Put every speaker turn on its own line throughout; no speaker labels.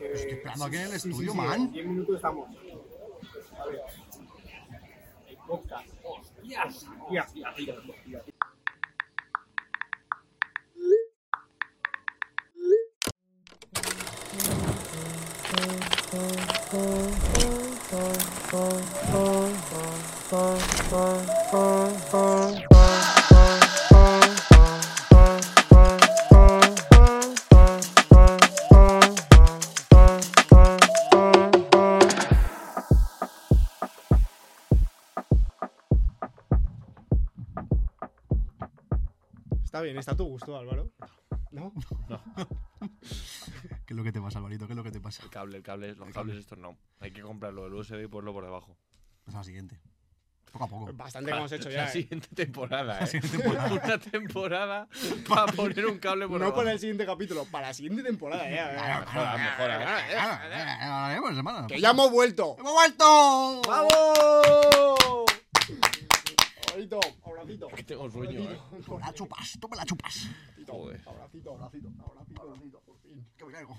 Estoy esperando aquí en el
sí, sí,
estudio,
sí,
man.
En 10 minutos estamos. A ver. El podcast. Hostias. Hostias.
Está bien, está a tu gusto, Álvaro. ¿No?
¿Qué es lo que te pasa, Alvarito? ¿Qué es lo que te pasa?
El cable, el cable, los
El cable.
cables estos no. Hay que comprarlo el USB y ponerlo por debajo.
Pues a la siguiente. Poco a poco.
Bastante que hemos hecho
La
ya. ¿eh?
siguiente temporada, ¿eh?
siguiente temporada.
Una temporada para poner un cable por
No
debajo. Ah,
para el siguiente capítulo, para la siguiente temporada ¿eh? ya.
Mejora, mejora.
ah, eh.
Hablaremos, eh, pues, hermano.
Que ya hemos vuelto.
¡Hemos vuelto!
¡Vamos! Abracito, abracito.
Que tengo sueño, ¿eh?
Tú me la chupas, tú me la chupas.
Joder.
Abracito, abracito, abracito, abracito, por fin.
Que me caigo.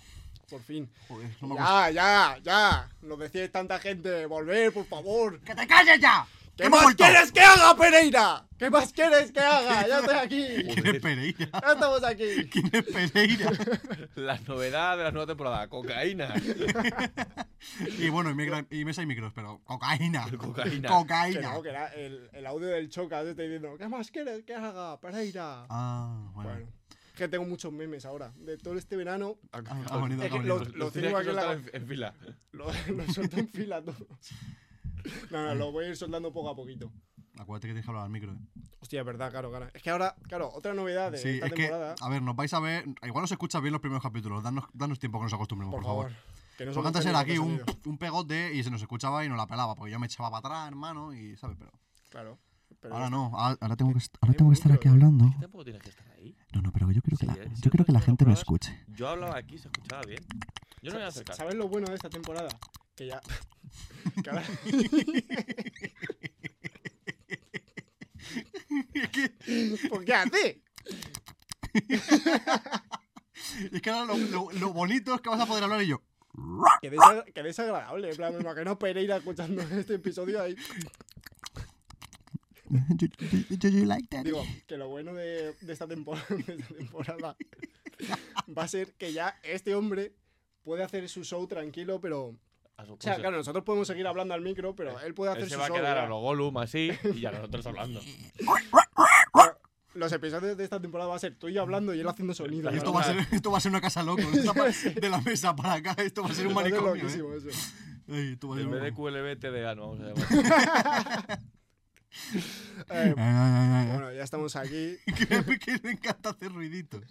Por fin.
Joder, no me acuerdo.
Ya, ya, ya. Nos decís tanta gente, volver, por favor.
¡Que te calles ya!
¿Qué más quieres que haga, Pereira? ¿Qué más quieres que haga? Ya estoy aquí.
¿Quién es Pereira?
Ya estamos aquí.
¿Quién es Pereira?
La novedad de la nueva temporada, cocaína.
y bueno, y, micro- y mesa y micros, pero cocaína.
Cocaína.
Que
Cocaína.
no, que era el, el audio del Chocas está diciendo, ¿qué más quieres que haga, Pereira?
Ah, bueno.
Bueno, es que tengo muchos memes ahora. De todo este verano,
Ah,
Ah, bonito,
Es que
bonito.
los-
Los
Lo
tienes
tengo
que
aquí en la-
soltar en, en fila.
lo, lo suelto en fila todo. No, no, lo voy a ir soltando poco a poquito.
Acuérdate que tienes que hablar al micro. eh.
Hostia, es verdad, claro, claro. Es que ahora, claro, otra novedad de
Sí,
esta
es que, Ah,
temporada.
a ver, nos vais a ver. Igual os escucha bien los primeros capítulos. Danos, danos tiempo que nos acostumbremos,
por,
por,
favor. Que no
Porque
somos
antes era aquí
técnicos de
un,
sonido.
un pegote y se nos escuchaba y no la pelaba, porque yo me echaba para atrás, hermano, y ¿sabes? Pero,
Claro. Pero
ahora
ya
no, ahora ahora tengo que, est- ahora
Hay
tengo que estar
micro,
aquí
¿eh?
hablando.
Tampoco tienes que estar ahí.
No, no, pero yo quiero que
Sí,
la,
eh, si
yo quiero
no
que la
te lo
gente me
pruebas-
escuche.
Yo hablaba aquí, se escuchaba bien. Yo no me voy
está.
a acercar.
¿Sabes lo bueno de esta temporada? Que ya. que ahora- ¿Por qué hace?
Es que ahora lo, lo- lo bonito es que vas a poder hablar y yo.
Que, desagra- que desagradable. En plan, me imagino Pereira escuchando este episodio ahí.
"Do- do- do you like that?"
Digo, que lo bueno de, de esta temporada, de esta temporada va a ser que ya este hombre puede hacer su show tranquilo, pero. O
A su
sea,
cosa.
claro, nosotros podemos seguir hablando al micro, pero él puede hacer
Él se
su
va a
show. ¿eh?
quedar
ya.
a lo Gollum así y ya nosotros hablando.
Los episodios de esta temporada va a ser tú y yo hablando y él haciendo sonido.
Esto va, a ser, esto va a ser una casa loco. esto va- de la mesa para acá, esto va a ser un
Va a ser
manicomio. ¿eh?
loquísimo eso.
Ay, esto va a ser un-
En vez de QLB, TDA, no vamos a llamar.
Eh,
Ay, ay, ay,
bueno, ya estamos aquí.
ay. Que- que le encanta hacer ruiditos.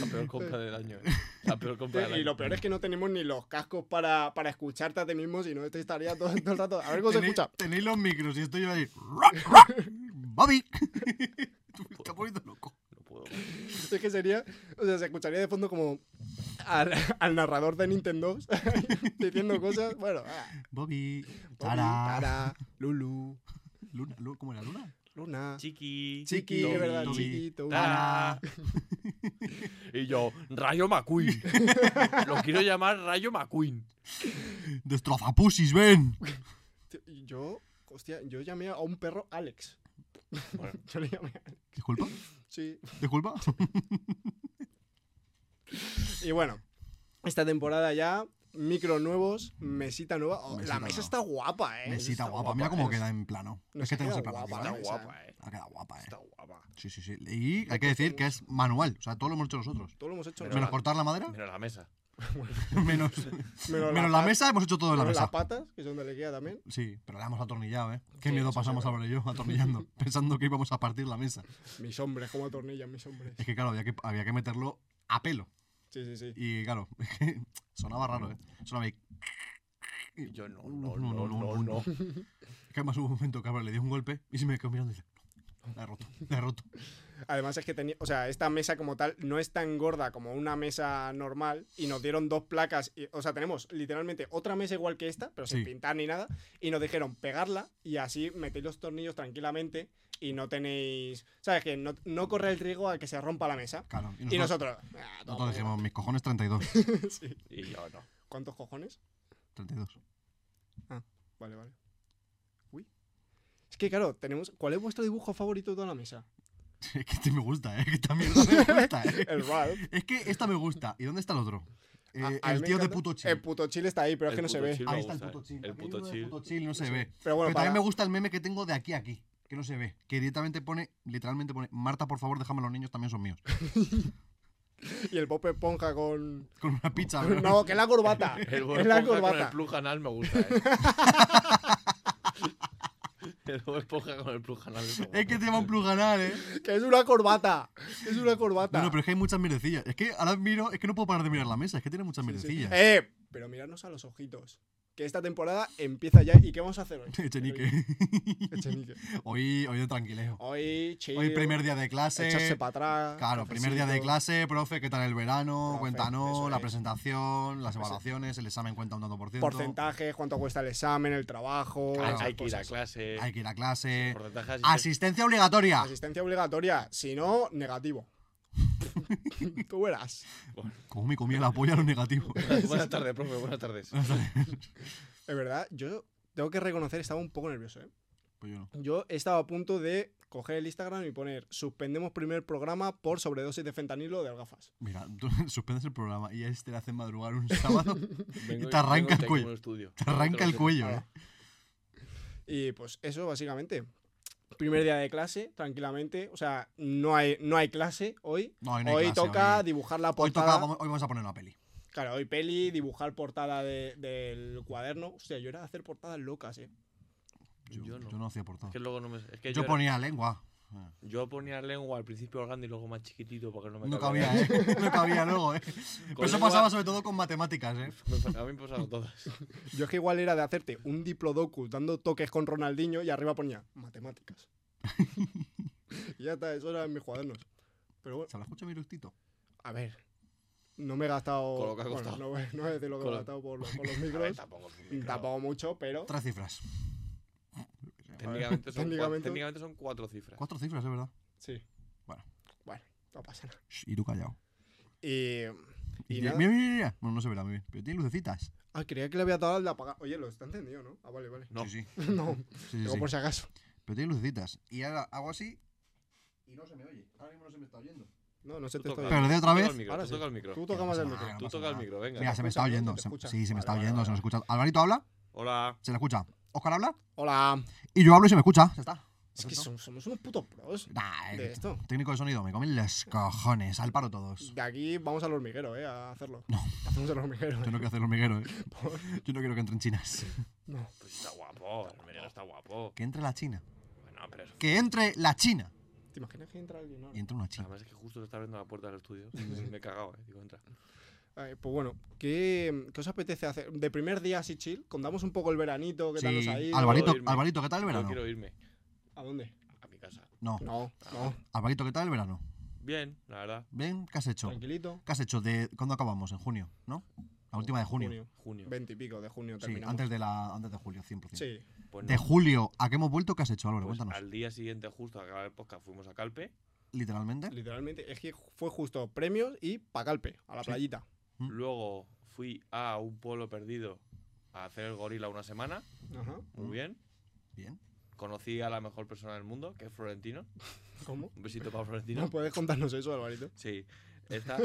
La peor compra del año. eh. La peor compra del año.
Y lo peor es que no tenemos ni los cascos para, para escucharte a ti mismo, sino este estaría todo, todo el rato. A ver cómo se
Tenéis-
escucha.
Tenéis los micros y estoy yo ahí. "Rock, rock, ¡Bobby! Tú me estás poniendo loco.
No puedo.
Es que sería. O sea, se escucharía de fondo como al, al narrador de Nintendo diciendo cosas. Bueno, ah,
Bobby,
Bobby,
Tara,
Tara, Lulu,
Luna, Lu- ¿cómo era Luna?
Luna,
Chiqui.
Chiqui,
Toby,
es verdad,
Toby,
Chiquito.
Tara. Y yo, Rayo McQueen. Lo quiero llamar Rayo McQueen.
Destrozapusis, ven.
Yo, hostia, yo llamé a un perro Alex.
Bueno.
Yo le llamé a-
Disculpa,
Sí.
disculpa.
Y bueno, esta temporada ya, micro nuevos, mesita nueva. Oh,
Mesita
la mesa
nueva.
está guapa, eh.
Mesita
está
guapa.
guapa,
Mira cómo
eh.
queda en plano.
Nos
es que tenemos
queda
el plano.
guapa, ¿eh?
Está
¿verdad?
guapa, eh.
Ha quedado guapa, eh.
Está guapa.
Sí, sí, sí. Y hay que decir que es manual. O sea, todo lo hemos hecho nosotros.
Todo lo hemos hecho.
Pero
¿no?
Menos
la-
cortar la madera,
Mira la mesa.
menos,
Menos
menos la
pat-
mesa, hemos hecho todo en la
menos
mesa.
las patas, que son de la Ikea también.
Sí, pero la hemos atornillado, ¿eh? Qué
Sí,
miedo
eso
pasamos
es verdad.
Álvaro y yo atornillando, pensando que íbamos a partir la mesa.
Mis hombres, como atornillan mis hombres.
Es que, claro, había que, había que meterlo a pelo.
Sí, sí, sí.
Y, claro, sonaba raro, ¿eh? Sonaba ahí.
Y yo, no, no, no, no, no.
Es que además hubo un momento que Álvaro le dio un golpe y se me quedó mirando y dice, La he roto, la he roto.
Además es que tenía, o sea, esta mesa como tal no es tan gorda como una mesa normal y nos dieron dos placas, y- o sea, tenemos literalmente otra mesa igual que esta, pero sin
Sí.
pintar ni nada, y nos dijeron pegarla y así metéis los tornillos tranquilamente y no tenéis, sabes que no, no corre el riesgo a que se rompa la mesa.
Claro.
Y nosotros, ah, toma,
nosotros decimos, mis cojones 32.
sí.
Y yo no.
¿cuántos cojones?
32.
Vale, vale. Uy. Es que claro, tenemos, ¿cuál es vuestro dibujo favorito de toda la mesa?
Es que este me gusta, ¿eh? Que esta mierda me gusta, ¿eh?
El Ralph.
Es que esta me gusta. ¿Y dónde está el otro? Eh,
A- a mí
el
me
tío de
encanta-
puto chill.
El puto chill está ahí, pero es
El
que no se
puto
ve.
chill me
Ahí está el
gusta,
puto chill. Aquí
El
hay
puto
uno de
chill.
puto chill, no se ve.
Pero bueno,
Pero también me
para-
gusta el meme que tengo de aquí a aquí, que no se ve. Que directamente pone, literalmente pone, Marta, por favor, déjame a los niños, también son míos.
Y el Bob Esponja con.
Con una pizza, bro.
No, que es la corbata.
El
es
Bob Esponja
la
con el
corbata.
plujanal me gusta, ¿eh? el Bob Esponja con el plujanal. está
Es que
guapo.
te va un pluganal, eh.
Que es una corbata. Es una corbata.
No, no, pero es que hay muchas mirecillas. Es que ahora miro, es que no puedo parar de mirar la mesa, es que tiene muchas
Sí, sí.
mirecillas.
Eh, pero mirarnos a los ojitos. Que esta temporada empieza ya. ¿Y qué vamos a hacer hoy?
Echenique.
Echenique.
Este hoy, hoy de tranquilejo.
Hoy, chill.
Hoy primer día de clase.
Echarse para atrás.
Claro, primer día de
cafecito.
clase, profe, ¿qué tal el verano?
Profe, eso
Cuéntanos, la
es.
presentación, las evaluaciones, el examen cuenta un tanto por ciento.
Porcentajes, cuánto cuesta el examen, el trabajo.
Claro.
esas
Hay que ir a
cosas.
clase.
Hay que ir a clase.
porcentaje asisten-
Asistencia obligatoria.
Asistencia obligatoria. Si no, negativo. Tú verás.
Como me comía la polla lo negativo.
Buenas tardes, profe, buenas tardes.
Es verdad, yo tengo que reconocer, estaba un poco nervioso, ¿eh?
Pues yo no.
Yo estaba a punto de coger el Instagram y poner suspendemos primer programa por sobredosis de fentanilo de gafas.
Mira, tú suspendes el programa y a este le hacen madrugar un sábado.
Vengo-
te arranca
vengo
el
aquí
cuello.
en un estudio.
Te arranca el cuello, eh.
Ahora. Y pues eso básicamente. Primer día de clase, tranquilamente. O sea, no hay, no hay clase hoy.
No, hoy no hay clase,
toca
hoy-
dibujar la
Hoy, toca-
portada.
vamos, hoy vamos a poner una peli.
Claro, hoy peli, dibujar portada de- del cuaderno. Hostia, yo era de hacer portadas locas, eh.
Yo,
Yo no.
yo hacía portada.
Es que luego no me. Es que yo,
yo
era-
ponía lengua. Ah.
yo ponía lengua al principio grande y luego más chiquitito porque no me
No cabía, ¿eh? No cabía luego, ¿eh? Pero eso
lengua-
pasaba sobre todo con matemáticas, ¿eh?
A mí me pasaron todas.
Yo es que igual era de hacerte un diplodocus dando toques con Ronaldinho y arriba ponía matemáticas. y ya está, eso eran mis cuadernos. Pero bueno.
¿Se la escucha mi eructito?
A ver. No me he gastado.
Con lo que ha
bueno,
costado.
no, voy- no voy a decir lo que
Con
he
lo-
gastado por, los- por los
A ver,
micros.
tampoco es un micro.
Tampoco mucho, pero.
Tres cifras.
Técnicamente son, cua-
Técnicamente-
técnicamente son cuatro cifras.
Cuatro cifras, es verdad.
Sí.
Bueno.
Bueno, no pasa nada.
Shh, y tú callado.
Y.
Y
y
mira,
nada.
mira, mira, mira. Bueno, no se verá muy bien. Pero tiene lucecitas.
Ah, creía que le había dado al de apagar. Oye, lo está encendido, ¿no? Ah, vale, vale.
No.
Sí, sí.
no,
Sí, sí,
digo
sí.
por si acaso.
Pero tiene lucecitas. Y ahora hago así y no se me oye. Ahora mismo no se me está oyendo.
No, no se
Tú
te está
toca-
Pero
oyendo.
de otra
tú toca
vez.
el micro,
Ahora
tú
sí.
toca el micro.
Tú toca más
No
el
pasa
micro.
nada,
Tú
pasa
toca el
nada.
micro, venga.
Mira, se me
escucha,
está
¿no?
oyendo.
¿Te
se-
escucha?
Sí, se me está
Vale,
oyendo,
vale,
se nos
vale.
escucha. Alvarito habla,
Hola.
se le escucha. Oscar habla
Hola.
y yo hablo y se me escucha. Ya está.
Es que
Perfecto.
son- somos unos putos pros.
Nah,
De
el
esto.
técnico de sonido, me comen los cojones. Al paro todos.
De aquí vamos al hormiguero, ¿eh? A hacerlo.
No.
Hacemos el hormiguero.
Yo no
¿eh?
quiero hacer hormiguero, eh. Yo no quiero que entren chinas.
No.
Pues está guapo, el hormiguero está guapo.
Que entre la china.
Bueno, pero es-
Que entre la china.
¿Te imaginas que entra alguien ahora?
Y entra una china.
Además es que justo se está abriendo la puerta del estudio. Me he cagado, eh. Digo, entra.
Este
Ay, pues bueno, ¿qué, qué os apetece hacer? De primer día así chill, contamos un poco el veranito, qué tal nos
Sí,
ha ido.
Alvarito,
irme.
Alvarito, ¿qué tal el
Yo
verano?
quiero irme
¿A dónde?
a mi casa.
No.
No, no,
Alvarito, ¿qué tal el verano?
Bien, la verdad.
¿Ven? ¿Qué has hecho?
tranquilito.
¿Qué has hecho? De, ¿Cuándo acabamos? ¿En junio? ¿No? La última de junio.
Junio.
20 y pico de junio
Sí,
terminamos.
antes de, la, antes de julio, 100%.
Sí,
Pues no,
De julio, ¿a qué hemos vuelto? ¿Qué has hecho, Álvaro?
pues
Cuéntanos.
al día siguiente, justo a acabar el podcast, fuimos a Calpe.
Literalmente.
literalmente. Es que fue justo premios y pacalpe, a la
Sí.
playita.
¿Mm?
Luego fui a un pueblo perdido a hacer el gorila una semana.
Ajá.
Muy bien.
Bien.
Conocí a la mejor persona del mundo, que es Florentino.
¿Cómo?
Un besito para
¿No
Florentino.
puedes contarnos eso, Alvarito?
Sí. Está-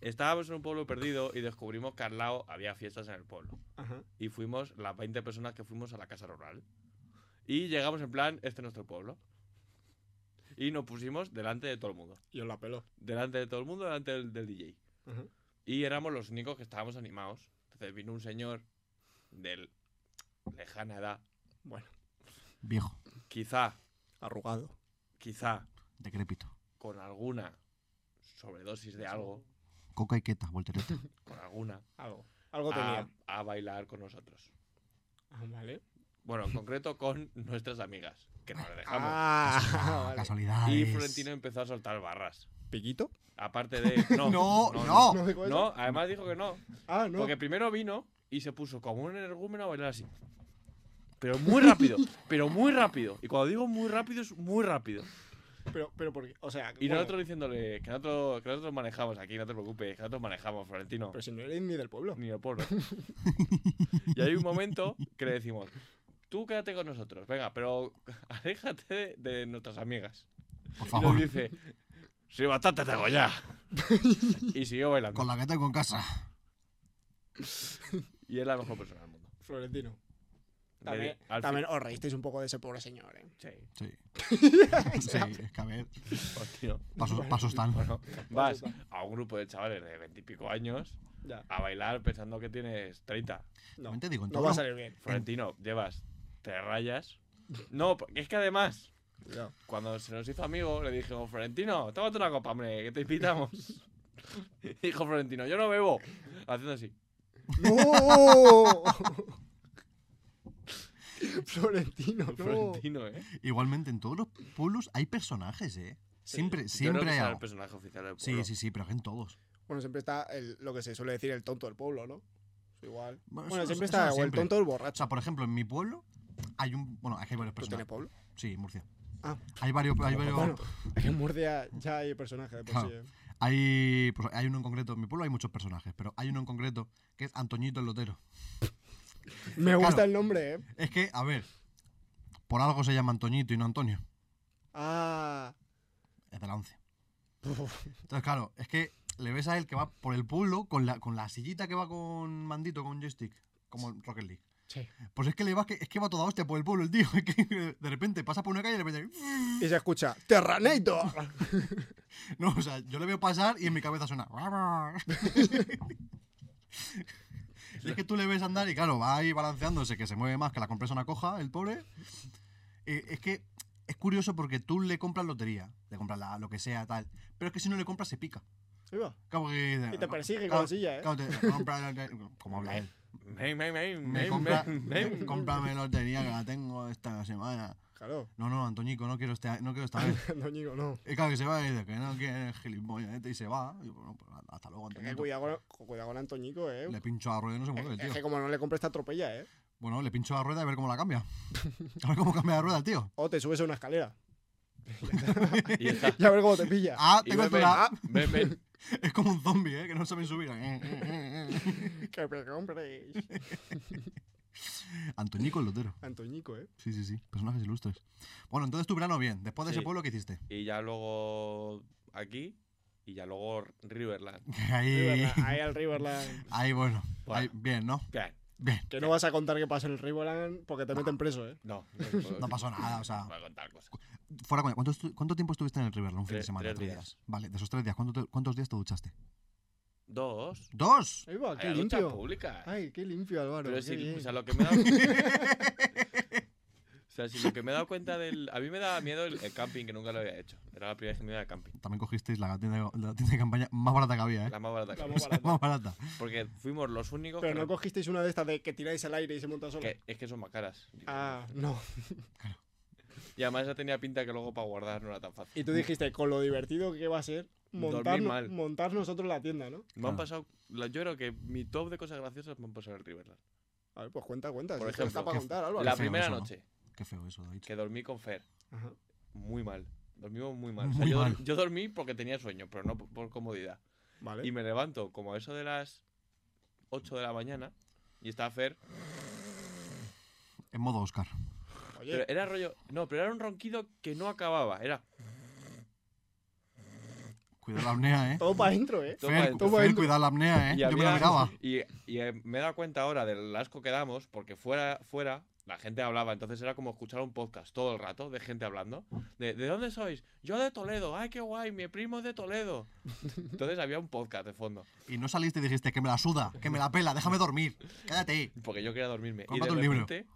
estábamos en un pueblo perdido y descubrimos que al lado había fiestas en el pueblo.
Ajá.
Y fuimos las 20 personas que fuimos a la casa rural. Y llegamos en plan, este es nuestro pueblo. Y nos pusimos delante de todo el mundo.
Y os la peló.
Delante de todo el mundo, delante del, del DJ.
Ajá.
Y éramos los únicos que estábamos animados. Entonces vino un señor de lejana edad,
Bueno,
Viejo.
quizá,
arrugado.
quizá
Decrépito.
con alguna sobredosis de algo,
Coca y queta, voltereta.
con alguna,
Algo. Algo
a,
tenía.
a bailar con nosotros.
Ah, vale.
Bueno, en concreto con nuestras amigas, que no le dejamos.
Ah, vale.
Casualidad.
y Florentino empezó a soltar barras.
¿Piquito?
Aparte de. No,
No,
no.
no.
No, digo eso.
No, además dijo que no.
Ah, no.
Porque primero vino y se puso como un energúmeno a bailar así. Pero muy rápido, pero muy rápido. Y cuando digo muy rápido, es muy rápido.
Pero, pero porque, o sea,
Y
bueno,
nosotros diciéndole que nosotros, que nosotros manejamos aquí, no te preocupes, que nosotros manejamos, Florentino.
pero si no eres ni del pueblo.
Ni el polvo. y hay un momento que le decimos, tú quédate con nosotros, venga, pero aléjate de, de nuestras amigas.
Por
Y nos
favor.
dice, sí, bastante tengo ya. y siguió bailando.
Con la que tengo en casa.
Y es la mejor persona del mundo.
Florentino.
Le
También,
di- al
también os reísteis un poco de ese pobre señor, ¿eh?
fin-
Sí. Sí, es que a ver.
Sí, hostia.
Pasos, pasos están.
Bueno, vas a un grupo de chavales de veintipico años
Ya.
a bailar pensando que tienes 30.
No,
También te digo, en
no
todo
va a
lo-
salir bien.
Florentino, llevas tres rayas. No, porque es que además,
Cuidado.
cuando se nos hizo amigo, le dijimos, Florentino, tómate una copa, hombre, que te invitamos. Dijo Florentino, yo no bebo. Haciendo así.
¡No! Florentino, no.
Florentino, ¿eh?
Igualmente, en todos los pueblos hay personajes, ¿eh?
Sí.
Siempre,
Yo creo
siempre
que
hay
será el
algo.
personaje oficial del pueblo.
Sí, sí, sí, pero en todos.
Bueno, siempre está el- lo que se suele decir el tonto del pueblo, ¿no? Es igual.
Bueno,
Bueno,
eso-
siempre
eso
está
no
o el
siempre.
tonto o el
O
borracho.
sea, por ejemplo, en mi pueblo hay un. Bueno, aquí hay varios
¿Tú tienes
personajes.
pueblo?
Sí, Murcia.
Ah.
Hay varios. Hay, varios
Bueno, aquí en Murcia ya hay personajes de por
Claro.
sí. ¿eh?
hay, pues, hay uno en concreto. En mi pueblo hay muchos personajes, pero hay uno en concreto que es Antoñito el Lotero.
Me gusta
Claro.
el nombre, ¿eh?
Es que, a ver. Por algo se llama Antoñito y no Antonio.
Ah.
Es de la 11. Entonces, claro, es que le ves a él que va por el pueblo con la, con la sillita que va con mandito, con joystick, como en Rocket League.
Sí.
Pues es que le va, que- es que va toda hostia por el pueblo el tío. Es que de repente pasa por una calle y de repente.
Y se escucha Terranator.
No, o sea, yo le veo pasar y en mi cabeza suena. y es que tú le ves andar y claro, va ahí balanceándose, que se mueve más que la compresa una coja, el pobre. Eh, es que es curioso porque tú le compras lotería, le compras la- lo que sea, tal. Pero es que si no le compras, se pica.
Ahí va.
Claro que- "Ah,
Y te persigue con
claro,
la silla, ¿eh?
claro, te compra lotería- como habla él.
Mem, mem, mem,
Me
mem,
compra,
mem, mem.
me- cómprame lotería que la tengo esta semana.
Claro.
No, no, Antoñico, no quiero, este, no quiero esta vez.
No, Ñigo, no.
Y claro que se va y dice que no quiere gilipollas este, y se va. Y yo, bueno, pues hasta luego,
Que- que
Antoñito.
Cuidado con, con- cuidado con Antoñico, ¿eh?
Le pincho a la rueda y no se mueve,
Es, es que
tío.
como no le compres te atropella, ¿eh?
Bueno, le pincho a la rueda y a ver cómo la cambia. A ver cómo cambia la rueda, el tío.
O te subes a una escalera.
Y está.
Y a ver cómo te pilla.
Ah,
Y
te
ven,
captura.
ven, ven, ven.
Es como un zombie, ¿eh? Que no saben subir.
Que me compres.
eh. Antoñico el Lotero.
Antoñico, ¿eh?
Sí, sí, sí. Personajes ilustres. Bueno, entonces tu verano bien. Después de
Sí.
ese pueblo, ¿qué hiciste?
Y ya luego aquí. Y ya luego Riverland.
Ahí,
Riverland, Ahí al Riverland.
ahí bueno.
Buah.
Ahí, bien, ¿no?
Bien,
Bien.
Que no vas a contar qué pasó en el Riverland porque te meten preso, ¿eh?
No, no, puedo-
No pasó nada, o sea.
Voy a contar cosas.
Fuera coña, ¿cuánto, estu- cuánto tiempo estuviste en el Riverland? Un fin de
Tres-
semana.
tres días.
Vale, de esos tres días, ¿cuánto te- ¿cuántos días te duchaste?
Dos.
¡Dos!
Ahí va,
Hay
qué
lucha
limpio.
pública.
Ay, qué limpio, Álvaro.
Pero
qué
si,
bien.
o sea, lo que me he dado... o sea, si lo que me he dado cuenta del... A mí me daba miedo el, el camping, que nunca lo había hecho. Era la primera vez que me iba de camping.
También cogisteis la tienda, la tienda de campaña más barata que había, ¿eh?
La más barata.
La
que-
más barata.
más barata.
Porque fuimos los únicos
Pero
que,
no cogisteis una de estas de que tiráis al aire y se monta solo.
que- Es que son más caras.
Ah, no.
Y además ya tenía pinta que luego para guardar no era tan fácil.
Y tú dijiste, con lo divertido que va a ser, montar,
Dormir mal.
montar nosotros la tienda, ¿no?
Me han
Claro.
pasado... la- Yo creo que mi top de cosas graciosas me han pasado en el Riverland.
A ver, pues cuenta, cuenta.
Por
si esto
ejemplo,
está para contar, Álvaro.
La
feo
primera
eso, ¿no?
noche
Qué feo eso, David.
que dormí con Fer.
Ajá.
Muy mal. Dormimos muy mal. O sea,
Muy
yo, dor-
mal.
yo dormí porque tenía sueño, pero no por- por comodidad.
Vale.
Y me levanto como a eso de las 8 de la mañana y estaba Fer.
En modo Oscar.
Pero
Oye,
era rollo. No, pero era un ronquido que no acababa. Era.
Cuidado la apnea, ¿eh?
todo para adentro, ¿eh?
Todo pa'
Fer,
dentro.
Fer,
dentro.
cuidado la apnea, ¿eh?
Y
Yo me
había-
la miraba.
Y, y, eh, me he dado cuenta ahora del asco que damos, porque fuera, fuera la gente hablaba. Entonces era como escuchar un podcast todo el rato de gente hablando. ¿De, ¿de dónde sois? Yo de Toledo. ¡Ay, qué guay! Mi primo es de Toledo. Entonces había un podcast de fondo.
Y no saliste y dijiste que me la suda, que me la pela, déjame dormir. Cállate.
Porque yo quería dormirme. Y de
Cómprate un libro.
repente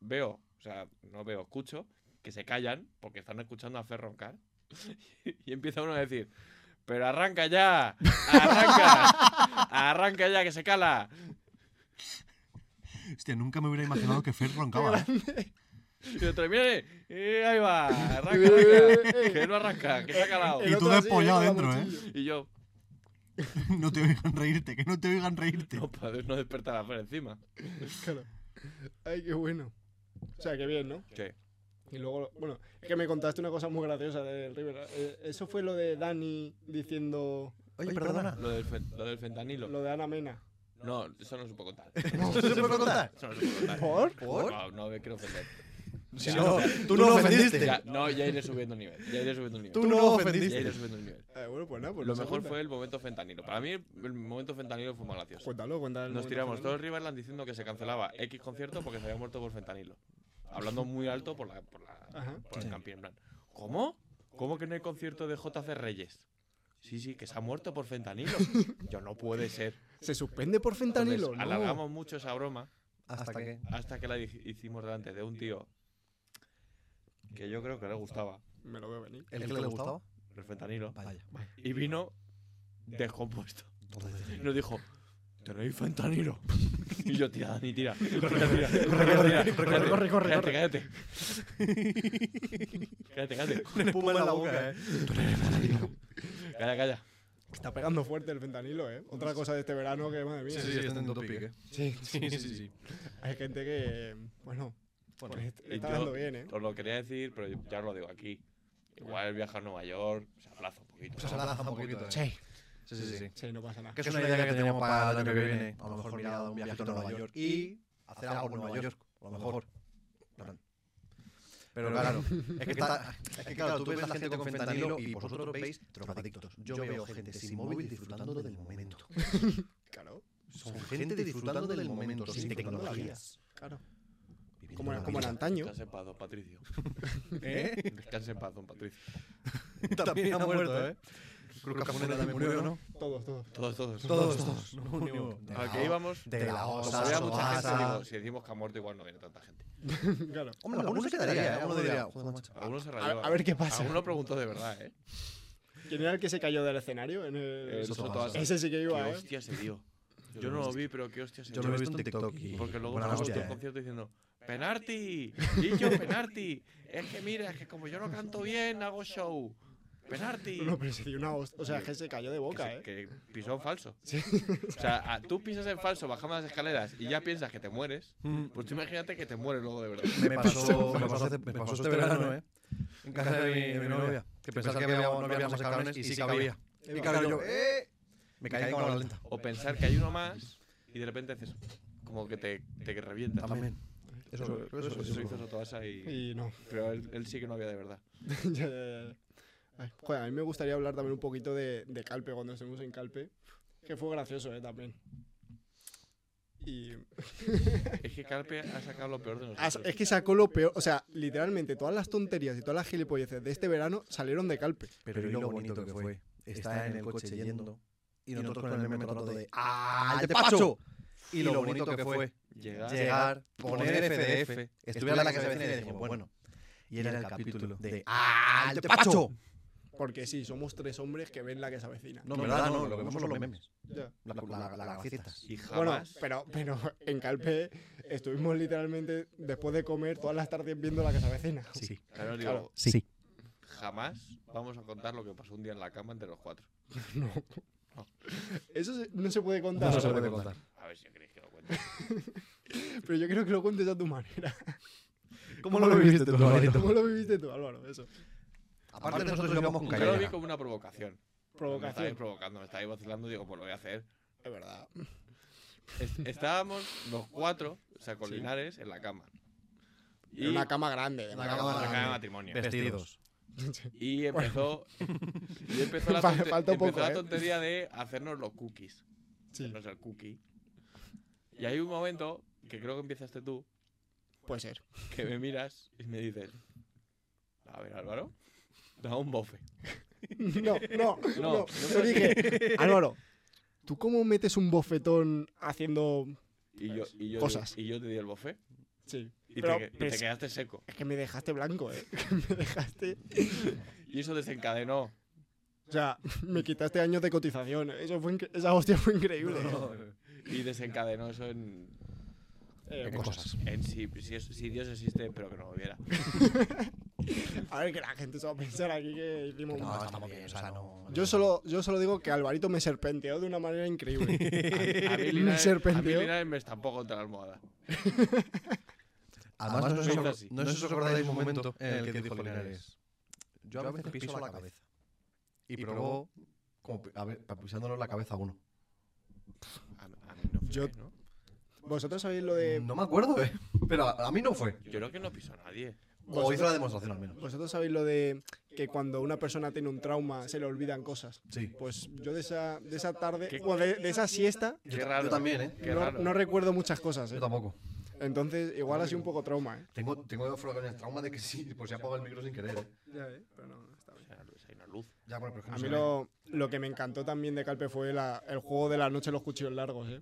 veo, o sea, no veo, escucho que se callan porque están escuchando a Fer roncar. Y empieza uno a decir, pero arranca ya, arranca, arranca ya que se cala.
Hostia, nunca me hubiera imaginado que Fer roncaba. ¿eh?
Y yo otro, mire, eh, ahí va, arranca, arranca. Que no arranca, que se ha calado.
Y tú despollado dentro, ¿eh?
Y yo,
No te oigan reírte, que no te oigan reírte.
no, para no despertar a Fer encima.
Claro. Ay, qué bueno. O sea, qué bien, ¿no?
Sí.
Y luego, bueno, es que me contaste una cosa muy graciosa del River. Eh, Eso fue lo de Dani diciendo
Oye,
Oye,
perdona.
Lo del, fen- lo del fentanilo.
lo de Ana Mena.
No, eso no se puede contar.
No, ¿se puede contar?
Eso no se puede contar.
¿Por?
¿Por?
No, no me quiero ofender.
Ya, no, tú no ofendiste.
Ya, no, ya iré subiendo el nivel. Ya iré subiendo el nivel.
Tú no
Ya iré
ofendiste.
subiendo el nivel.
Eh, bueno, pues nada, pues
Lo
no se
mejor
cuenta.
fue el momento fentanilo. Para mí, el momento fentanilo fue más gracioso.
Cuéntalo, cuéntalo.
Nos tiramos todo el Riverland diciendo que se cancelaba X concierto porque se había muerto por fentanilo. Hablando muy alto por, la, por, la,
Ajá.
por el campi, en plan. ¿Cómo? ¿Cómo que no hay concierto de JC Reyes? Sí, sí, que se ha muerto por fentanilo. Yo no puede ser.
Se suspende por
Entonces,
fentanilo, ¿no?
alargamos mucho esa broma
Hasta que.
hasta que la dij- hicimos delante de un tío que yo creo que le gustaba
Me lo veo venir.
¿El que le gustaba?
el fentanilo
Vaya.
y vino descompuesto. Y nos dijo, tenéis fentanilo. Y yo, tira, Dani, tira. Corre, corre, corre, corre, corre, corre. Cállate, cállate. Cállate, cállate.
Espuma en la boca, eh.
Calla, calla.
Está pegando fuerte el fentanilo, ¿eh? Otra cosa de este verano que, madre mía.
sí, está en topic, eh.
sí,
Sí, sí, sí.
Hay gente que, bueno,
Bueno,
pues
Y
está
yo
dando bien, ¿eh?
Os lo quería decir, pero ya os lo digo aquí. Igual el viaje a Nueva York se aplaza un poquito.
Se aplaza un poquito. eh.
Sí,
Sí, sí, sí.
sí, no pasa nada.
Que es una idea que teníamos para el año que viene. A lo mejor mirar un viaje a Nueva York y hacer algo en Nueva York. A lo mejor. En plan. Pero claro, es que, está- es que claro, tú ves la gente con fentanilo y vosotros veis drogadictos. Yo veo gente sin móvil disfrutando del momento.
Claro,
Son gente disfrutando del momento, sin tecnologías.
claro.
Viviendo
Como,
la
como en
vida.
antaño.
Descanse en paz, don Patricio.
¿Eh?
Descanse en paz, don Patricio.
También ha muerto, ¿eh? Cruz Caponera también murió, ¿no?
Todos, todos.
Todos, todos.
Todos, todos. No, no.
¿A qué íbamos?
De la
Como
osa,
había mucha gente,
Sobasa.
digo, si decimos que ha muerto, igual no viene tanta gente.
claro.
Hombre, alguno se quedaría, ¿eh? Alguno diría, joder, macho.
Alguno se
A,
rayó.
a ver qué pasa.
Alguno preguntó de verdad, ¿eh?
¿Quién era el que se cayó del escenario? En el-
Eh,
Soto
Soto
Asa.
Asa.
Ese sí que
Qué
iba, ¿eh?
hostia se dio. Yo no lo vi, pero qué hostia se
Yo
dio.
lo he visto en TikTok y...
Porque luego
buena
estaba todo
hostia,
el
¿eh?
concierto diciendo ¡Penarti! ¡Niño, penarti! Es que mira, es que como yo no canto bien, hago show. ¡Penarti!
No, pero se dio una host- O sea, que se cayó de
Que,
boca,
se-
¿eh?
que pisó en falso. O sea, a- tú pisas en falso bajando las escaleras y ya piensas que te mueres. Pues tú imagínate que te mueres luego de verdad.
Me pasó, me pasó, hace- me pasó este verano, ¿eh? En casa de mi, de mi novia. Que pensaba que había, no había más escalones y sí que había. Y claro, yo, ¡eh! Me caí en cámara lenta.
O pensar que hay uno más y de repente haces como que te, te revienta.
También. Eso, eso, eso,
Eso, eso hizo Sotoasa y...
Y no.
Pero él, él sí que no había de verdad.
Ya, ya, ya. Ay, joder, a mí me gustaría hablar también un poquito de, de Calpe cuando estuvimos en Calpe. Que fue gracioso, ¿eh? También. Y
Es que Carpe ha sacado lo peor de
Ah,
nosotros.
es que sacó lo peor, o sea, literalmente todas las tonterías y todas las gilipolleces de este verano salieron de Calpe.
Pero y lo bonito que fue. Está en el coche yendo. Y nosotros con el meme todo el rato de ¡Ah, el despacho! Y lo bonito que fue.
Llegar-
llegar, poner FDF, estuviar en la casa vecina y decimos, bueno. Y era el capítulo de ¡Ah, el despacho!
Porque sí, somos tres hombres que ven la que se avecina.
No, en verdad no, lo que vemos son los memes,
Ya.
la- la- la- las fiestas.
Y
Bueno,
jamás...
pero, pero en Calpe estuvimos literalmente después de comer todas las tardes viendo la que se avecina.
Sí,
Claro, digo,
claro.
sí.
jamás vamos a contar lo que pasó un día en la cama entre los cuatro.
Eso se- no se puede contar.
No se puede contar.
A ver si queréis que lo cuente.
Pero yo creo que lo cuentes a tu manera.
¿Cómo lo viviste tú,
¿Cómo lo viviste tú, Álvaro? Eso.
Aparte nosotros llevamos con
Yo lo vi
Caillera.
como una provocación. Me estabais
Provocación.
provocando, me estabais vacilando, digo, pues lo voy a hacer.
Es verdad.
Es- Estábamos los cuatro, o sea, con Linares, en la cama. Y
Era una cama grande.
Una
en
cama
la
grande.
de matrimonio.
Vestidos.
Y empezó, y empezó, la,
Fa-
tonte-
falta un
empezó
poco,
la
¿eh?
tontería de hacernos los cookies.
Sí.
Hacernos el cookie. Y hay un momento, que creo que empezaste tú,
Puede ser.
que me miras y me dices, a ver Álvaro, da un bofe.
No, no,
No,
no.
no
Yo dije, Álvaro, ¿tú cómo metes un bofetón haciendo.
Y yo, y yo,
Cosas.
te- y yo te di el bofe.
Sí.
Y,
Pero,
te, que- y
pero
te
es-
quedaste seco.
Es que me dejaste blanco, ¿eh? Que me dejaste.
Y eso desencadenó.
O sea, me quitaste años de cotización. Eso fue incre- Esa hostia fue increíble. ¿eh?
Y desencadenó eso en
Eh,
¿Qué
cosas.
cosas?
En si, si, es- si Dios existe, pero que no lo viera.
A ver, que la gente se va a pensar aquí que hicimos un
No,
basta.
está muy bien, o sea, no.
Yo solo, yo solo digo que Alvarito me serpenteó de una manera increíble.
A mí
Me
Linares, a mí
serpenteó.
Linares me estampó contra la almohada.
Además, no sé si
Además,
os-
no
no sé si os acordáis un momento en el que dijo Linares. Yo a veces piso la cabeza. Y probó, como pi- a ver, pa- pisándolo en la cabeza a uno.
A, a mí no fue,
Yo-
¿no?
Vosotros sabéis lo de.
No me acuerdo, ¿eh? Pero a, a mí no fue.
Yo creo que no pisó a nadie.
Pues
O Mm, hizo la demostración al menos.
Vosotros sabéis lo de que cuando una persona tiene un trauma se le olvidan cosas.
Sí.
Pues yo de esa, de esa tarde,
¿Qué?
o de, de esa siesta,
Qué raro.
Yo también, ¿eh?
Qué
no,
raro.
no recuerdo muchas cosas. ¿eh?
Yo tampoco.
Entonces, igual ha sido un poco trauma. ¿eh?
Tengo, tengo afro- con el trauma de que sí, pues se apaga el micro sin querer. ¿eh?
Hay una luz, hay una luz.
Ya, bueno, pero es que no
A
se
mí
ve.
lo, lo que me encantó también de Calpe fue la- el juego de la noche de los cuchillos largos. ¿eh?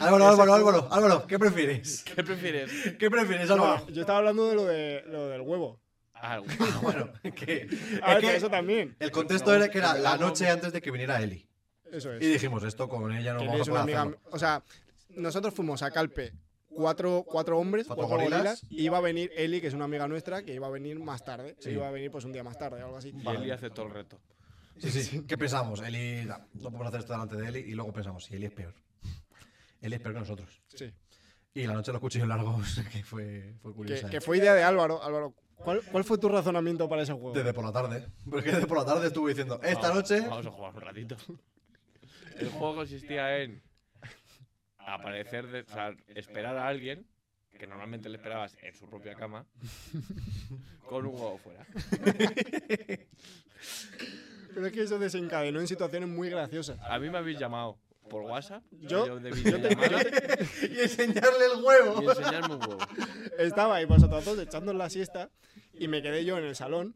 Álvaro, Álvaro, Álvaro, Álvaro, ¿qué prefieres?
¿Qué prefieres?
¿Qué prefieres,
No,
Álvaro?
yo estaba hablando de lo, de, lo del huevo.
Ah,
Ah, bueno, que,
A
es
ver, pero
que
eso también.
el contexto era que era la noche antes de que viniera Eli.
Eso
Y
es.
dijimos, esto con ella no
Que
vamos a
es una
poder
amiga.
hacerlo.
O sea, nosotros fuimos a Calpe. Cuatro, cuatro hombres,
Cuatro
cuatro,
gorilas.
gorilas, y Iba a venir Eli, que es una amiga nuestra, que iba a venir más tarde.
Sí.
Iba a venir pues un día más tarde o algo así.
y Eli hace todo el reto.
Sí, sí. ¿Qué pensamos? Eli, no, no podemos hacer esto delante de Eli. Y luego pensamos, sí, Eli es peor. Eli es peor que nosotros.
Sí.
Y la noche de los cuchillos largos, que fue, fue
Que,
curiosa.
que
¿eh?
fue idea de Álvaro. Álvaro, ¿cuál, cuál fue tu razonamiento para ese juego?
Desde por la tarde. Porque desde por la tarde estuve diciendo, esta
Vamos-
noche.
Vamos a jugar un ratito. El juego consistía en aparecer, de, o sea, esperar a alguien que normalmente le esperabas en su propia cama con un huevo fuera.
Pero es que eso desencadenó en situaciones muy graciosas.
A mí me habéis llamado por WhatsApp,
Yo-
de
Yo te-
videollamada,
yo te-
y enseñarle el huevo.
y enseñarme un huevo.
estaba ahí vosotros dos echando la siesta y me quedé yo en el salón,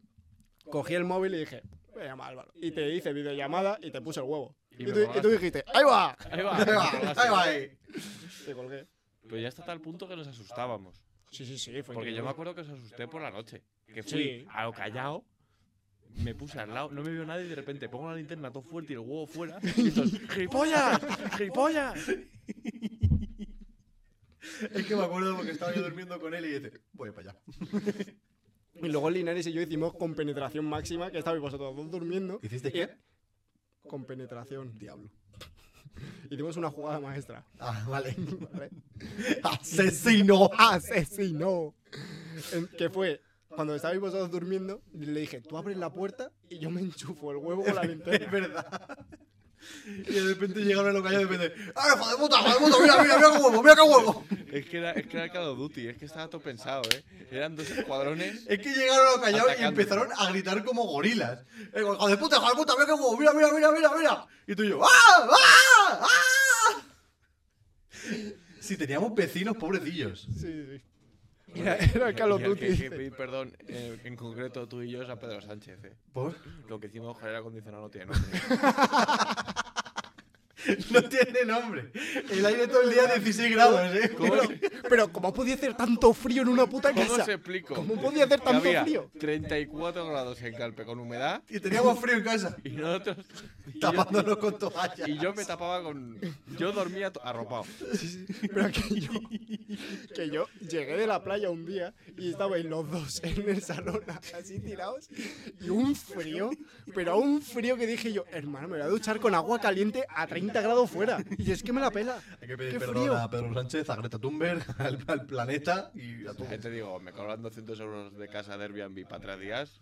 cogí el móvil y dije, voy a llamar a Álvaro. Y te hice videollamada y te puse el huevo.
Y
Y,
me
tú, y
colgaste.
tú dijiste, ¡ahí va!
Ahí va,
Ahí va,
colgaste.
ahí va. ahí.
Te colgué.
Pero ya está tal punto que nos asustábamos.
Sí, sí, sí. Fue
Porque
increíble.
yo me acuerdo que os asusté por la noche. Que fui
Sí.
a lo callao, me puse al lado, no me vio nadie y de repente pongo la linterna todo fuerte y el huevo fuera. Y estos, ¡Gilipollas! ¡Gilipollas!
Es que me acuerdo porque estaba yo durmiendo con él y dice, voy para allá.
Y luego Linares y yo hicimos compenetración máxima, que estabais vosotros dos durmiendo.
¿Hiciste qué?
Compenetración.
Diablo.
Hicimos una jugada maestra.
Ah, vale.
¿vale?
Asesino.
asesino. En- Que fue cuando estabais vosotros durmiendo, le dije, tú abres la puerta y yo me enchufo el huevo con la
Es
linterna.
verdad. Y de repente llegaron a los gallos y de repente, ¡ah, hijo de puta, hijo de puta! ¡Mira, mira, mira qué huevo, mira qué huevo!
Es que era, es que era Call of Duty, es que estaba todo pensado, ¿eh? Eran dos escuadrones.
Es que llegaron a los callados y
Atacando.
empezaron a gritar como gorilas. Eh, ¡Hijo de puta, hijo de puta! ¡Mira qué huevo! ¡Mira, mira, mira, mira! mira! Y tú y yo, ¡ah, ah, ah! Si teníamos vecinos pobrecillos.
Sí, sí. Era, era el Call of
Y al
Duty.
que hay que
dice.
pedir perdón, eh, en concreto tú y yo, es a Pedro Sánchez. ¿eh?
¿Por?
Lo que hicimos con el aire acondicionado no tiene nombre.
No tiene nombre. El aire todo el día 16 grados, ¿eh?
¿Cómo,
Pero, ¿cómo podía hacer tanto frío en una puta
cómo
casa?
se explico?
¿Cómo podía hacer
Que
tanto
había
frío?
34 grados en Calpe con humedad
Y teníamos frío en casa,
y nosotros. y yo-
tapándonos con toallas.
Y yo me tapaba con. Yo dormía to- arropado.
Pero que yo, que yo llegué de la playa un día y estabais los dos en el salón así tirados y un frío, pero un frío que dije yo, hermano, me voy a duchar con agua caliente a 30 grados fuera. Y es que me la pela.
Hay que pedir
¡Qué
perdón
frío!
a Pedro Sánchez, a Greta Thunberg, al, al planeta y a
La
todos.
gente digo, me cobran 200 euros de casa de Airbnb para tres días.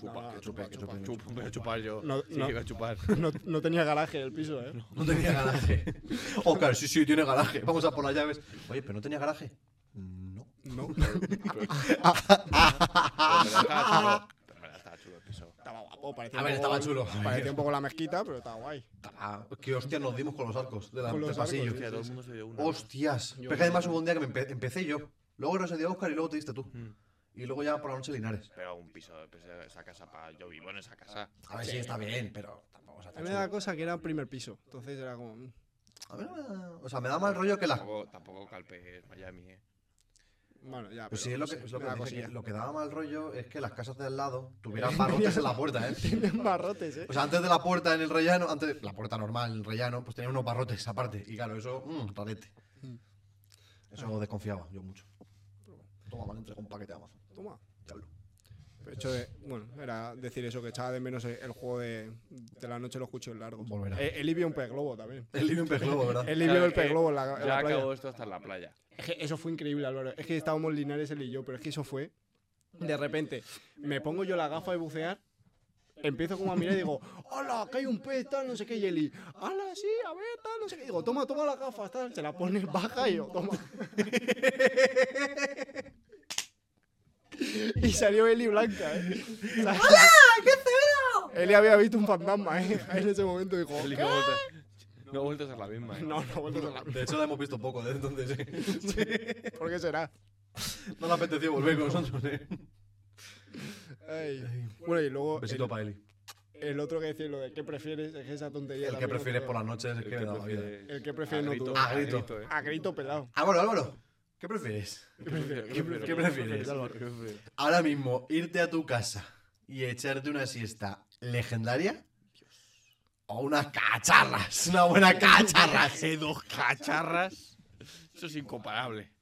Chupa,
No,
que
chupa,
chupa,
que
que
chupa, que
Chupa, voy a chupar yo.
No,
sí,
no.
iba a chupar.
No, no tenía garaje el piso, ¿eh?
No tenía garaje. Oscar, sí, sí, tiene garaje. Vamos a por las llaves. Oye, pero no tenía garaje. No.
No.
Pero estaba chulo. Pero me la estaba chulo el piso.
Estaba guapo, parecía
A ver,
un poco-
estaba chulo.
Parecía un poco la mezquita, pero estaba guay.
Ah, Qué hostia nos dimos con los arcos de la-
Con
del
los
pasillo.
arcos,
Hostia, todo el mundo se dio una.
Hostias. Pero es que además hubo un día que me empe- empecé yo. Luego no se dio Oscar y luego te diste tú.
Mm.
Y luego ya por la noche Linares.
Pero un piso, pues, esa casa para. Yo vivo en esa casa.
A ver, sí, está bien, pero tampoco se
A mí me da cosa que era primer piso, entonces era como... mm,
A ver, o sea, me da mal rollo que las
Tampoco, tampoco calpe es Miami, eh.
Bueno, ya,
Pues
pero
sí, es lo
no
que,
sé,
es lo,
me da
que dice que
cosilla.
lo que daba mal rollo es que las casas de al lado tuvieran barrotes en la puerta, ¿eh?
Tenían barrotes, ¿eh?
O sea, antes de la puerta en el rellano, antes la puerta normal en el rellano, pues tenía unos barrotes aparte. Y claro, mm, eso, mmm, rarete.
Eso desconfiaba yo mucho. Toma, vale, entrega un paquete de Amazon.
Toma.
Diablo.
Pero hecho de- bueno, era decir eso, que echaba de menos el juego de, de la noche los cuchillos largos.
Volverá.
Eh, El Ibio un pez globo también.
El libro Globo, ¿verdad?
El Ibio
Claro,
del pez
eh,
globo en la, en
Ya
la playa.
acabó esto hasta en la playa.
Es que eso fue increíble, Álvaro. Es que estábamos Linares, él y yo, pero es que eso fue. De repente, me pongo yo la gafa de bucear, empiezo como a mirar y digo, ¡Hala! Que hay un pez, tal, no sé qué, y Eli, ¡Hala, sí! A ver, tal, no sé qué. Y digo, toma, toma la gafa, tal. Se la pone baja y yo, toma. y salió Eli blanca, ¿eh? ¡Hala! ¡Qué feo! Eli había visto un fantasma, ¿eh? En ese momento dijo,
Eli
"¿Qué?".
no vuelta, no vueltas a la misma. ¿eh?
No, no vuelvo a hablar.
De hecho, la hemos visto poco desde entonces. ¿eh?
¿Por qué será?
no le apeteció volver con nosotros. ¿eh?
Ay. Bueno, y luego.
Besito
el-
para Eli.
El otro que decía lo de qué prefieres, es que esa tontería.
El que
también no
prefieres
te-
por las noches es el
El
que me
que
da la vida.
prefieres-
El que prefieres
a
no
grito,
tú.
Ah,
a
grito.
grito, eh.
A grito pelado.
Álvaro, Álvaro, ¿qué prefieres?
¿Qué prefieres?
¿Qué prefieres? Ahora mismo, irte a tu casa y echarte una siesta legendaria. O unas cacharras, una buena cacharra.
dos cacharras. Eso es incomparable.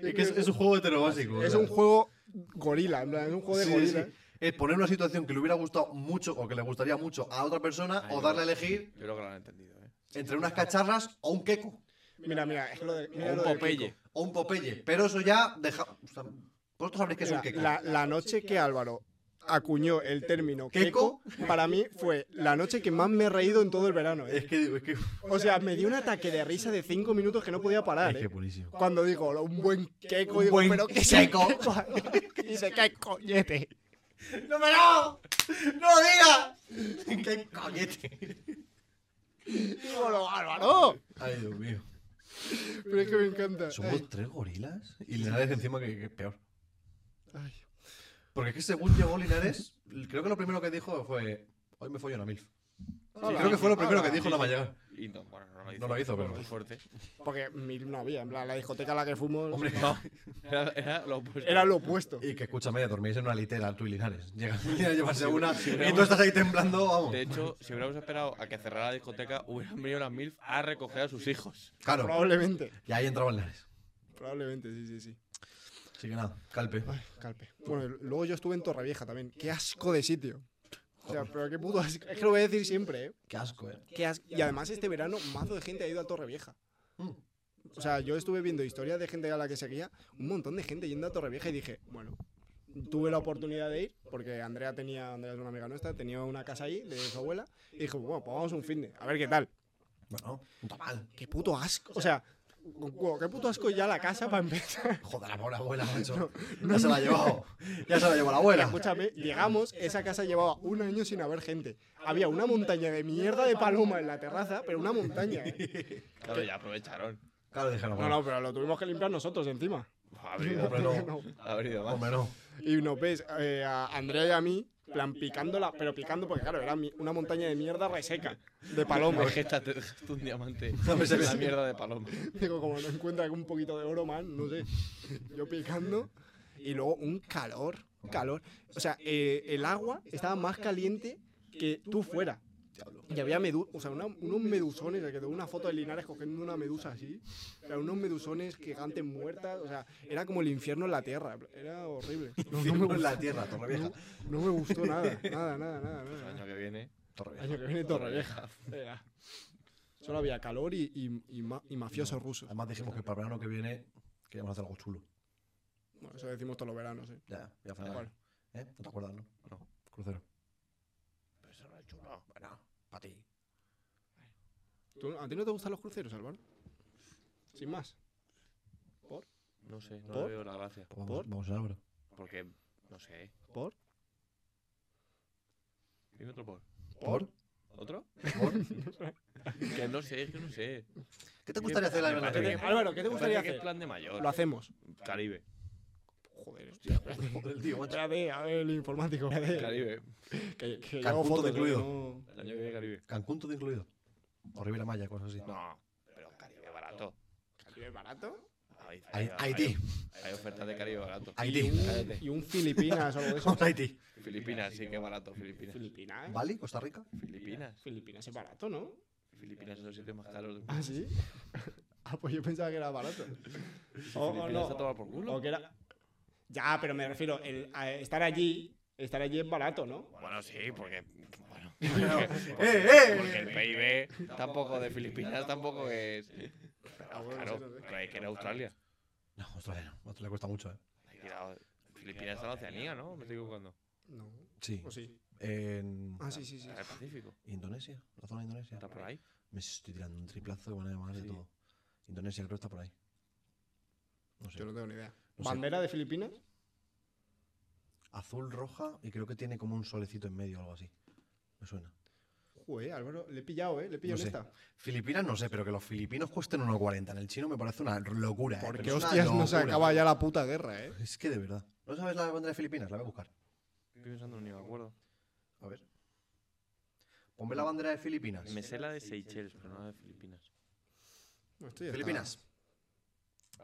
Es que es, es un juego heterobásico.
Es
o sea.
un juego gorila, en plan, es un juego de ¿eh?
Sí, sí.
gorila.
Es poner una situación que le hubiera gustado mucho o que le gustaría mucho a otra persona
Ahí
o
va.
darle a elegir
Yo creo que lo han entendido, ¿eh?
entre unas cacharras o un queco
Mira, mira, es que lo de.
O
Mira
un
lo del
Popeye.
o un Popeye. Pero eso ya deja. o sea, vosotros sabréis que es
Mira,
un queco.
la, la noche que Álvaro acuñó el término
¿Queco?
queco, para mí fue la noche que más me he reído en todo el verano.
Es
¿eh?
que digo, es que.
O sea, me dio un ataque de risa de cinco minutos que no podía parar.
es
¿eh?
que buenísimo.
Cuando digo "Lo- un buen queco,
Un
digo,
buen
pero qué
queco".
Dice, qué coñete.
¡No me lo! ¡No lo digas! ¡Qué coñete!
Digo, "Lo- Álvaro.
Ay, Dios mío.
Pero es que me encanta.
Somos tres gorilas y Linares encima que, que es peor.
Ay.
Porque es que según llegó Linares, creo que lo primero que dijo fue: Hoy me follo una MILF.
Hola.
creo que fue lo primero que
Hola.
dijo la mañana.
Y no, bueno, no lo hizo.
No lo hizo, pero-
Muy fuerte.
Porque mil no había, en plan, la discoteca a la que fuimos
Hombre,
Era, era lo opuesto.
era lo opuesto.
Y que escúchame, dormís en una litera, tú y Linares. Llega a llevarse una y tú estás ahí temblando, vamos.
De hecho, si hubiéramos esperado a que cerrara la discoteca, hubieran venido las MILF a recoger a sus hijos.
Claro,
Probablemente.
y ahí entraba Linares.
Probablemente, sí, sí, sí.
Así que nada, calpe.
Ay, calpe. Bueno, y luego yo estuve en Torrevieja también. Qué asco de sitio. O sea, pero qué puto asco. Es que lo voy a decir siempre, ¿eh?
Qué asco, eh.
Qué asco. Y además este verano, mazo de gente ha ido a Torrevieja.
Mm.
O sea, yo estuve viendo historias de gente a la que seguía, un montón de gente yendo a Torrevieja y dije, bueno, tuve la oportunidad de ir, porque Andrea tenía, Andrea es una amiga nuestra, tenía una casa ahí de su abuela, y dije, bueno, pues vamos un fin de, a ver qué tal.
Bueno, un mal.
Qué puto asco. O sea, guau, qué puto asco ya la casa para empezar.
Joder, la pobre abuela, macho. Ya se la ha llevado. Ya se la llevó la abuela.
Escúchame, llegamos, esa casa llevaba un año sin haber gente. Había una montaña de mierda de paloma en la terraza, pero una montaña. ¿eh?
Claro, ya aprovecharon.
Claro, dijeron,
No,
bueno,
no, pero lo tuvimos que limpiar nosotros encima.
Habría ido,
Hombre, no.
No.
habrá ido más.
Hombre, no.
Y nos ves eh, a Andrea y a mí, plan picándola, pero picando porque claro, era mi- una montaña de mierda reseca de paloma.
Vegeta, te dejaste un diamante.
No me sale
la
así.
mierda de paloma.
Digo, como no encuentra un poquito de oro más, no sé. Yo picando. Y luego un calor, un calor. O sea, eh, el agua estaba más caliente que tú fuera. Y había medu o sea, una- unos medusones, el que tengo una foto de Linares cogiendo una medusa así. O sea, unos medusones gigantes muertas. O sea, era como el infierno en la tierra. Era horrible. No, no me,
en
gustó,
la tierra, Torrevieja.
no me gustó nada. Nada, nada, nada. nada.
El año que viene.
El año que viene Torrevieja. Era. Solo había calor y, y, y ma- y mafiosos rusos.
Además dijimos que para el verano que viene queríamos hacer algo chulo.
Bueno, eso decimos todos los veranos, ¿eh?
Ya, ya fue.
Bueno.
¿Eh? ¿No te acuerdas, no? No. Crucero. Pero eso no es chulo. Bueno, para ti.
¿Tú- ¿A ti no te gustan los cruceros, Álvaro? Sin más.
No sé, no
¿Por?
le veo la gracia.
Pues vamos,
¿Por?
vamos ahora.
Porque, no sé.
¿Por?
Dime otro por.
¿Por?
¿Otro? que no sé, es que no sé.
¿Qué te gustaría hacer la
Me
verano que
parece
viene?
que-
Álvaro, ¿qué te
me
gustaría
parece que es
hacer?
plan de mayor.
Lo hacemos.
Caribe.
Joder, hostia. espérate.
Por el tío, macho.
Espérate, a ver, el informático. espérate,
Caribe.
Que, que yo
Cal-
hago
punto
fotos,
incluido.
¿no?
El año que viene Caribe.
Cancún todo incluido. O Riviera Maya, cosas así.
No, pero Caribe barato.
¿Caribe barato?
Ahí-
Hai-
ahí-
Haití.
Hay ofertas de Caribe barato.
Haití.
Cállate.
Y un Filipinas o algo de eso.
Vamos a Haití.
Filipinas, sí que barato. Filipinas.
Filipinas.
¿Bali? ¿Costa Rica?
Filipinas.
Filipinas es barato, ¿no?
Filipinas es el sitio más caro del mundo.
¿Ah, sí? Ah, pues yo pensaba que era barato. O- o
Filipinas
no.
a tomar por culo.
O que era- Ya, pero me refiero, el- a estar allí, estar allí es barato, ¿no?
Bueno, sí, porque. Bueno.
Eh,
porque-
eh.
Porque el PIB tampoco de Filipinas tampoco es. Pero
bueno,
claro,
sí, no sé.
pero hay que ir a Australia.
No, Australia no. Australia cuesta mucho, ¿eh?
Hay que ir a- Filipinas está en Oceanía, ¿no? Me estoy equivocando.
No.
Sí.
¿O sí?
En
Ah, sí, sí, sí.
Está en el Pacífico.
Indonesia, la zona de Indonesia.
Está por ahí.
Me estoy tirando un triplazo de manera de
Sí.
todo. Indonesia creo que está por ahí. No sé.
Yo no tengo ni idea.
No sé.
¿Bandera de Filipinas?
Azul, roja y creo que tiene como un solecito en medio o algo así. Me suena.
Joder, Álvaro, le he pillado, ¿eh? Le he pillado
No
en
sé.
esta.
Filipinas no sé, pero que los filipinos cuesten 1,40 en el chino me parece una locura. ¿eh?
Porque
Pero es una
hostias no se
locura.
acaba ya la puta guerra, ¿eh?
Es que de verdad. ¿No sabes la bandera de Filipinas? La voy a buscar.
Estoy pensando en un me acuerdo.
A ver. Ponme la bandera de Filipinas.
Me sé la de Seychelles, pero no la de Filipinas.
No, esto ya está.
Filipinas.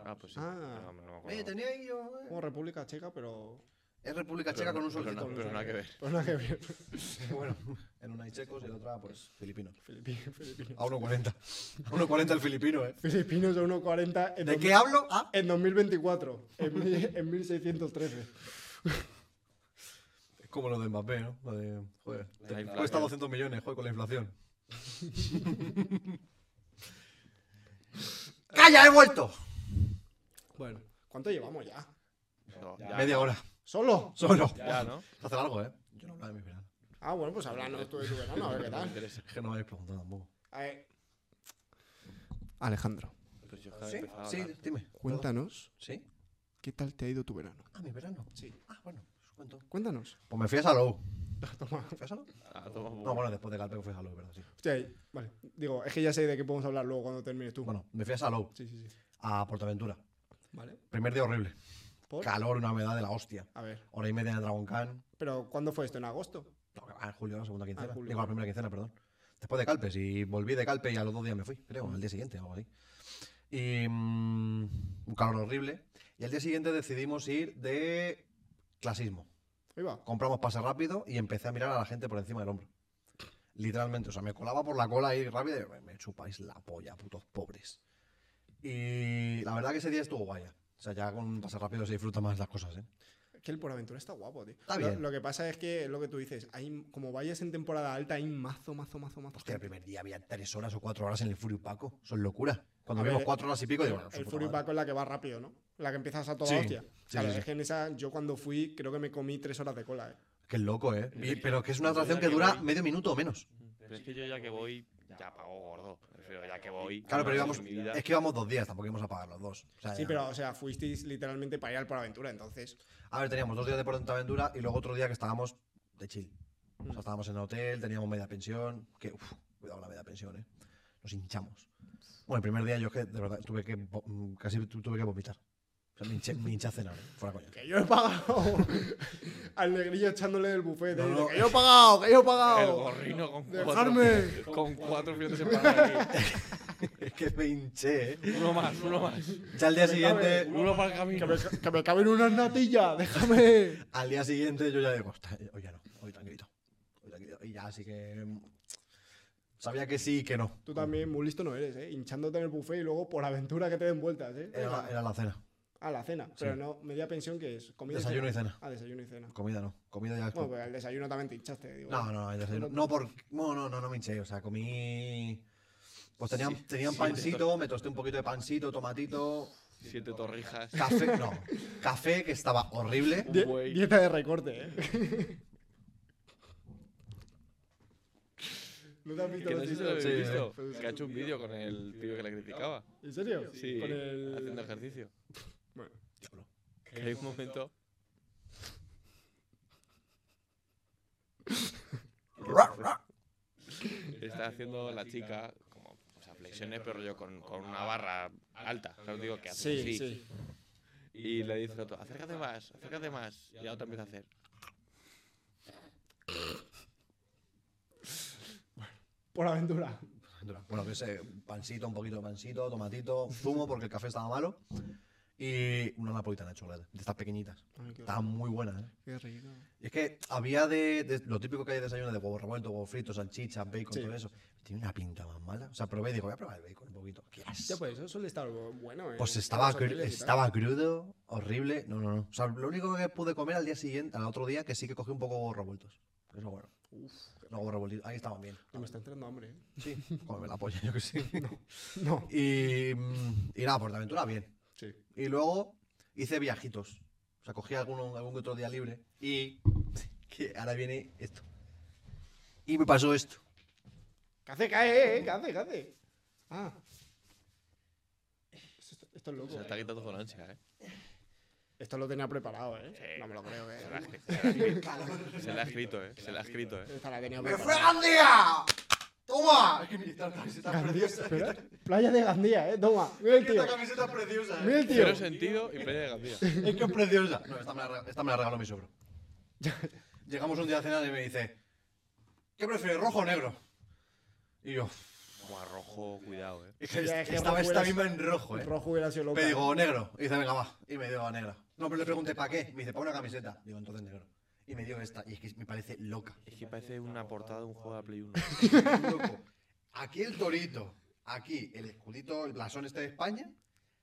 Ah, pues sí.
Ah.
No, no me
Eh,
acuerdo.
tenía ahí yo. eh.
Como República Checa, pero.
Es República Checa con un
Pero,
solecito.
no, pero nada que ver.
Pero nada que ver.
bueno, en una hay checos y en otra, pues, filipinos.
Filipinas, Filipinas.
A 1,40. A 1,40 el filipino, ¿eh?
Filipinos a 1,40 en,
¿De
dos-
qué hablo? Ah,
en 2024, en, mil- en 1613.
es como lo de Mbappé, ¿no? Lo de, joder,
La
te
inflación.
cuesta 200 millones, joder, con la inflación. ¡Calla, he vuelto!
Bueno, ¿cuánto llevamos ya?
No, ya,
Media hora,
¿Solo?
solo.
ya, ¿no?
Hacer algo, ¿eh? Yo no hablaba de mi verano.
Ah, bueno, pues hablando tú de tu verano, a ver qué tal.
Es que no me habéis preguntado tampoco.
A ver. Alejandro,
Pues yo estaba
¿Sí?
empezado a
Sí,
hablar.
dime.
cuéntanos
¿Sí?
qué tal te ha ido tu verano.
Ah, mi verano.
Sí.
Ah, bueno, os cuento.
Cuéntanos.
Pues me fui a Salou.
Toma.
¿Fui a Salou?
Ah, toma por
No,
culo.
bueno, después de Calpe fui a Salou, ¿verdad? Sí.
Hostia, ahí. vale. Digo, es que ya sé de qué podemos hablar luego cuando termines tú.
Bueno, me fui a Salou,
Sí, sí, sí.
a Portaventura.
Vale.
Primer día horrible.
¿Por?
Calor, una humedad de la hostia.
A ver,
Hora y media en el Dragon Khan.
pero ¿cuándo fue esto? ¿En agosto?
No, que va, en julio, la segunda quincena.
Ah, julio.
Digo, la primera quincena, perdón. Después de Calpes y volví de Calpe y a los dos días me fui, creo, al día siguiente o algo así. Y mm, un calor horrible. Y al día siguiente decidimos ir de clasismo.
Ahí va.
compramos pase rápido y empecé a mirar a la gente por encima del hombro. Literalmente, o sea, me colaba por la cola ahí rápido y me- me chupáis la polla, putos pobres. Y la verdad que ese día estuvo guaya. O sea, ya con pase rápido se disfrutan más las cosas, ¿eh?
Es que el por aventura está guapo, tío.
Está
lo,
bien.
lo que pasa es que es lo que tú dices. Hay, como vayas en temporada alta, hay mazo, mazo, mazo, mazo.
Hostia, el
gente.
primer día había tres horas o cuatro horas en el Furio Paco. Son locura. Cuando
A
vimos
ver,
cuatro horas y pico, digo,
el Fury Pack es la que va rápido, ¿no? La que empiezas a toda
Sí,
hostia.
sí,
Claro,
sí, sí.
es que en esa, yo cuando fui, creo que me comí tres horas de cola, ¿eh?
Qué loco, ¿eh? Y- pero que es una atracción que dura medio minuto o menos.
Pero es que yo ya que voy, ya pago gordo. Prefiero ya que voy.
Claro, pero
no
íbamos,
sé mi vida.
es que íbamos dos días, tampoco íbamos a pagar los dos. O sea,
Sí,
Ah, ya-
pero, o sea, fuisteis literalmente para ir al por aventura, entonces.
A ver, teníamos dos días de PortAventura y luego otro día que estábamos de chill. O
Mm.
sea, estábamos en el hotel, teníamos media pensión. Que, uf, cuidado con la media pensión, ¿eh? Nos hinchamos. Bueno, el primer día yo es que, de verdad, tuve que, vo- mm, casi tu- tuve que vomitar. O sea, me hinché, me hinché a cenar, ¿eh? fuera coña.
Que yo he pagado al negrillo echándole del buffet.
No,
¿eh?
no.
Que yo he pagado, que yo he
El
pagado.
gorrino con
Dejarme.
cuatro. Con cuatro fines de semana aquí.
Es que me hinché, ¿eh?
Uno más, uno más.
Ya al día
cabe,
siguiente,
Uno para el
Que
camino.
me, ca- que me caben unas natillas, déjame.
al día siguiente yo ya digo, "Hostia, hoy ya no, hoy tranquilito. Hoy tranquilito. Y ya así que... mm, Sabía que sí y que no.
Tú también muy listo no eres, ¿eh? Hinchándote en el buffet y luego por aventura que te den vueltas, ¿eh?
Era, era la cena.
A la cena. Pero no, media pensión que es comida.
Desayuno y cena.
Ah, desayuno y cena.
Comida no. Comida ya es
Bueno, pues al desayuno también te hinchaste, digo.
No, no, el desayuno- No, por, no, no, no, no me hinché. O sea, comí. Pues tenían, tenían pancito, me tosté un poquito de pancito, tomatito,
Siete torrijas.
café, no, café que estaba horrible.
Die-
güey.
dieta de recorte, ¿eh? ¿No te has visto
Que no
los
sé si lo
vídeos?
habéis
Sí,
visto.
Pues-
Que ha hecho un vídeo con el tío que le criticaba.
¿En serio?
Sí,
Con el-
haciendo ejercicio.
Bueno.
Que hay un momento. Está haciendo la chica como o sea, flexiones, pero yo con, con una barra alta. ¿sabes? Digo, que
Sí,
hace así.
sí.
Y le dice el otro, acércate más, acércate más. Y la otra empieza a hacer.
Por aventura.
Bueno, que ese pancito, un poquito de pancito, tomatito, zumo porque el café estaba malo. Y una napolitana de chocolate, de estas pequeñitas.
Ay, qué
Estaban
rico,
muy buenas, ¿eh?
Qué rico.
Y Es que había de, de- lo típico que hay de desayuno de huevo revuelto, huevo frito, salchicha, bacon,
Sí.
todo eso. Tiene una pinta más mala. O sea, probé y digo, voy a probar el bacon un poquito. ¡Qué
Ya,
asco!
pues eso suele estar bu- bueno. eh,
Pues
en
estaba,
los
cru-
hoteles y tal.
estaba crudo, horrible. No, no, no. O sea, lo único que pude comer al día siguiente, al otro día, que sí que cogí un poco huevos revueltos. Eso bueno.
Uf, qué
Los huevos revueltos. Ahí estaban bien.
rico, me está entrando hambre. eh.
Sí, cómeme la polla, yo que sí.
No.
Y, mm, y nada, Portaventura bien.
Sí.
Y luego hice viajitos. O sea, cogí algún, algún otro día libre. Y que ahora viene esto. Y me pasó esto.
¿Qué hace? Cae, eh, ¿Qué hace? ¿Qué hace? Ah. Pues Esto, esto es loco.
Se está quitando con ansia, eh.
Esto lo tenía preparado, eh.
Sí.
No me lo creo,
Se la ha
eh.
escri- se la ha escri- se la ha escrito, eh. Se la ha escrito, eh.
Esta la tenía
¡Me fue
preparada.
Gandía! ¡Toma! Es que mira, esta camiseta es preciosa.
Espera, Playa de Gandía, eh. Toma. Mira el tío.
Esta camiseta es preciosa.
eh.
Mira el tío.
Cero sentido y pelea de Gandía.
Es que es preciosa. No, esta me la, rega- esta me la regaló mi sobro. Llegamos un día a cenar y me dice, ¿qué prefieres, rojo o negro? Y yo,
Como a rojo, cuidado, eh.
es que
Ya, es que
estaba
rojo
esta
eres-
misma en rojo,
El
¿eh?
rojo hubiera sido loco.
Me digo, negro. Y dice, venga, va. Y me dio negra. No, pero le pregunté, ¿para qué? Me dice, para una camiseta. Digo, entonces negro. Y me dio esta. Y es que me parece loca.
Es que parece una portada de un juego de Play 1.
Loco. Aquí el torito. Aquí el escudito, el blasón este de España.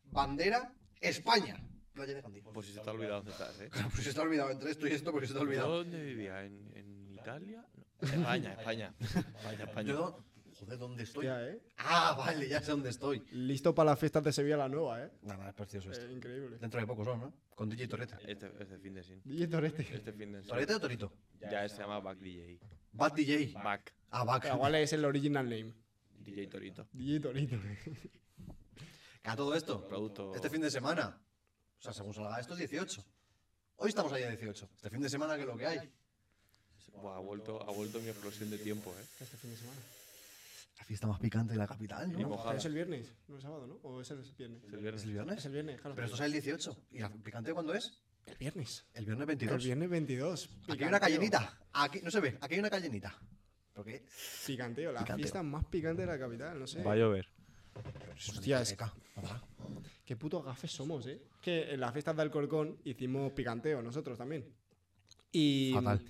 Bandera, España. Playa de Gandía.
Pues si se te ha olvidado dónde estás, eh.
Pues se te ha olvidado entre esto y esto porque se te ha olvidado.
¿Dónde vivía? ¿En, en Italia? No, España, España. España, España.
Yo, joder, ¿dónde estoy?
Hostia, eh.
Ah, vale, ya sé dónde estoy.
Listo para las fiestas de Sevilla la nueva, eh.
Nada, es precioso
Eh,
esto.
increíble.
Dentro de poco son, ¿no? Con DJ Torreta.
Este, este fin de sin.
DJ Torete.
Este fin de sin.
¿Torreta o Torito?
Ya se llama Back DJ.
Bad DJ.
Back
Ah, Back.
Pero igual es el original name.
DJ Torito.
DJ Torito.
Que A todo esto.
Producto.
Este fin de semana. O sea, según salga esto, 18. Hoy estamos ahí a 18. Este fin de semana, que es lo que hay.
Buah, ha vuelto, ha vuelto mi explosión de tiempo, eh.
Este fin de semana.
La fiesta más picante de la capital,
Y
¿no?
mojada.
Pero es el viernes, no es sábado, ¿no? O es el viernes.
Es el
Es
viernes.
el
Es
viernes.
el viernes, claro.
Pero esto es el 18. ¿Y la picante cuándo es?
El viernes.
El viernes
El
22.
viernes 22.
Aquí hay una
Picanteo.
callenita. Aquí, no se ve. Aquí hay una callenita. ¿Por qué?
Picanteo, la
Picanteo.
fiesta más picante de la capital, no sé.
llover.
Hostia, es-
Discoteca, ¿verdad?
Qué putos gafes somos, ¿eh? Que en las fiestas de Alcorcón hicimos picanteo nosotros también. Y
Fatal.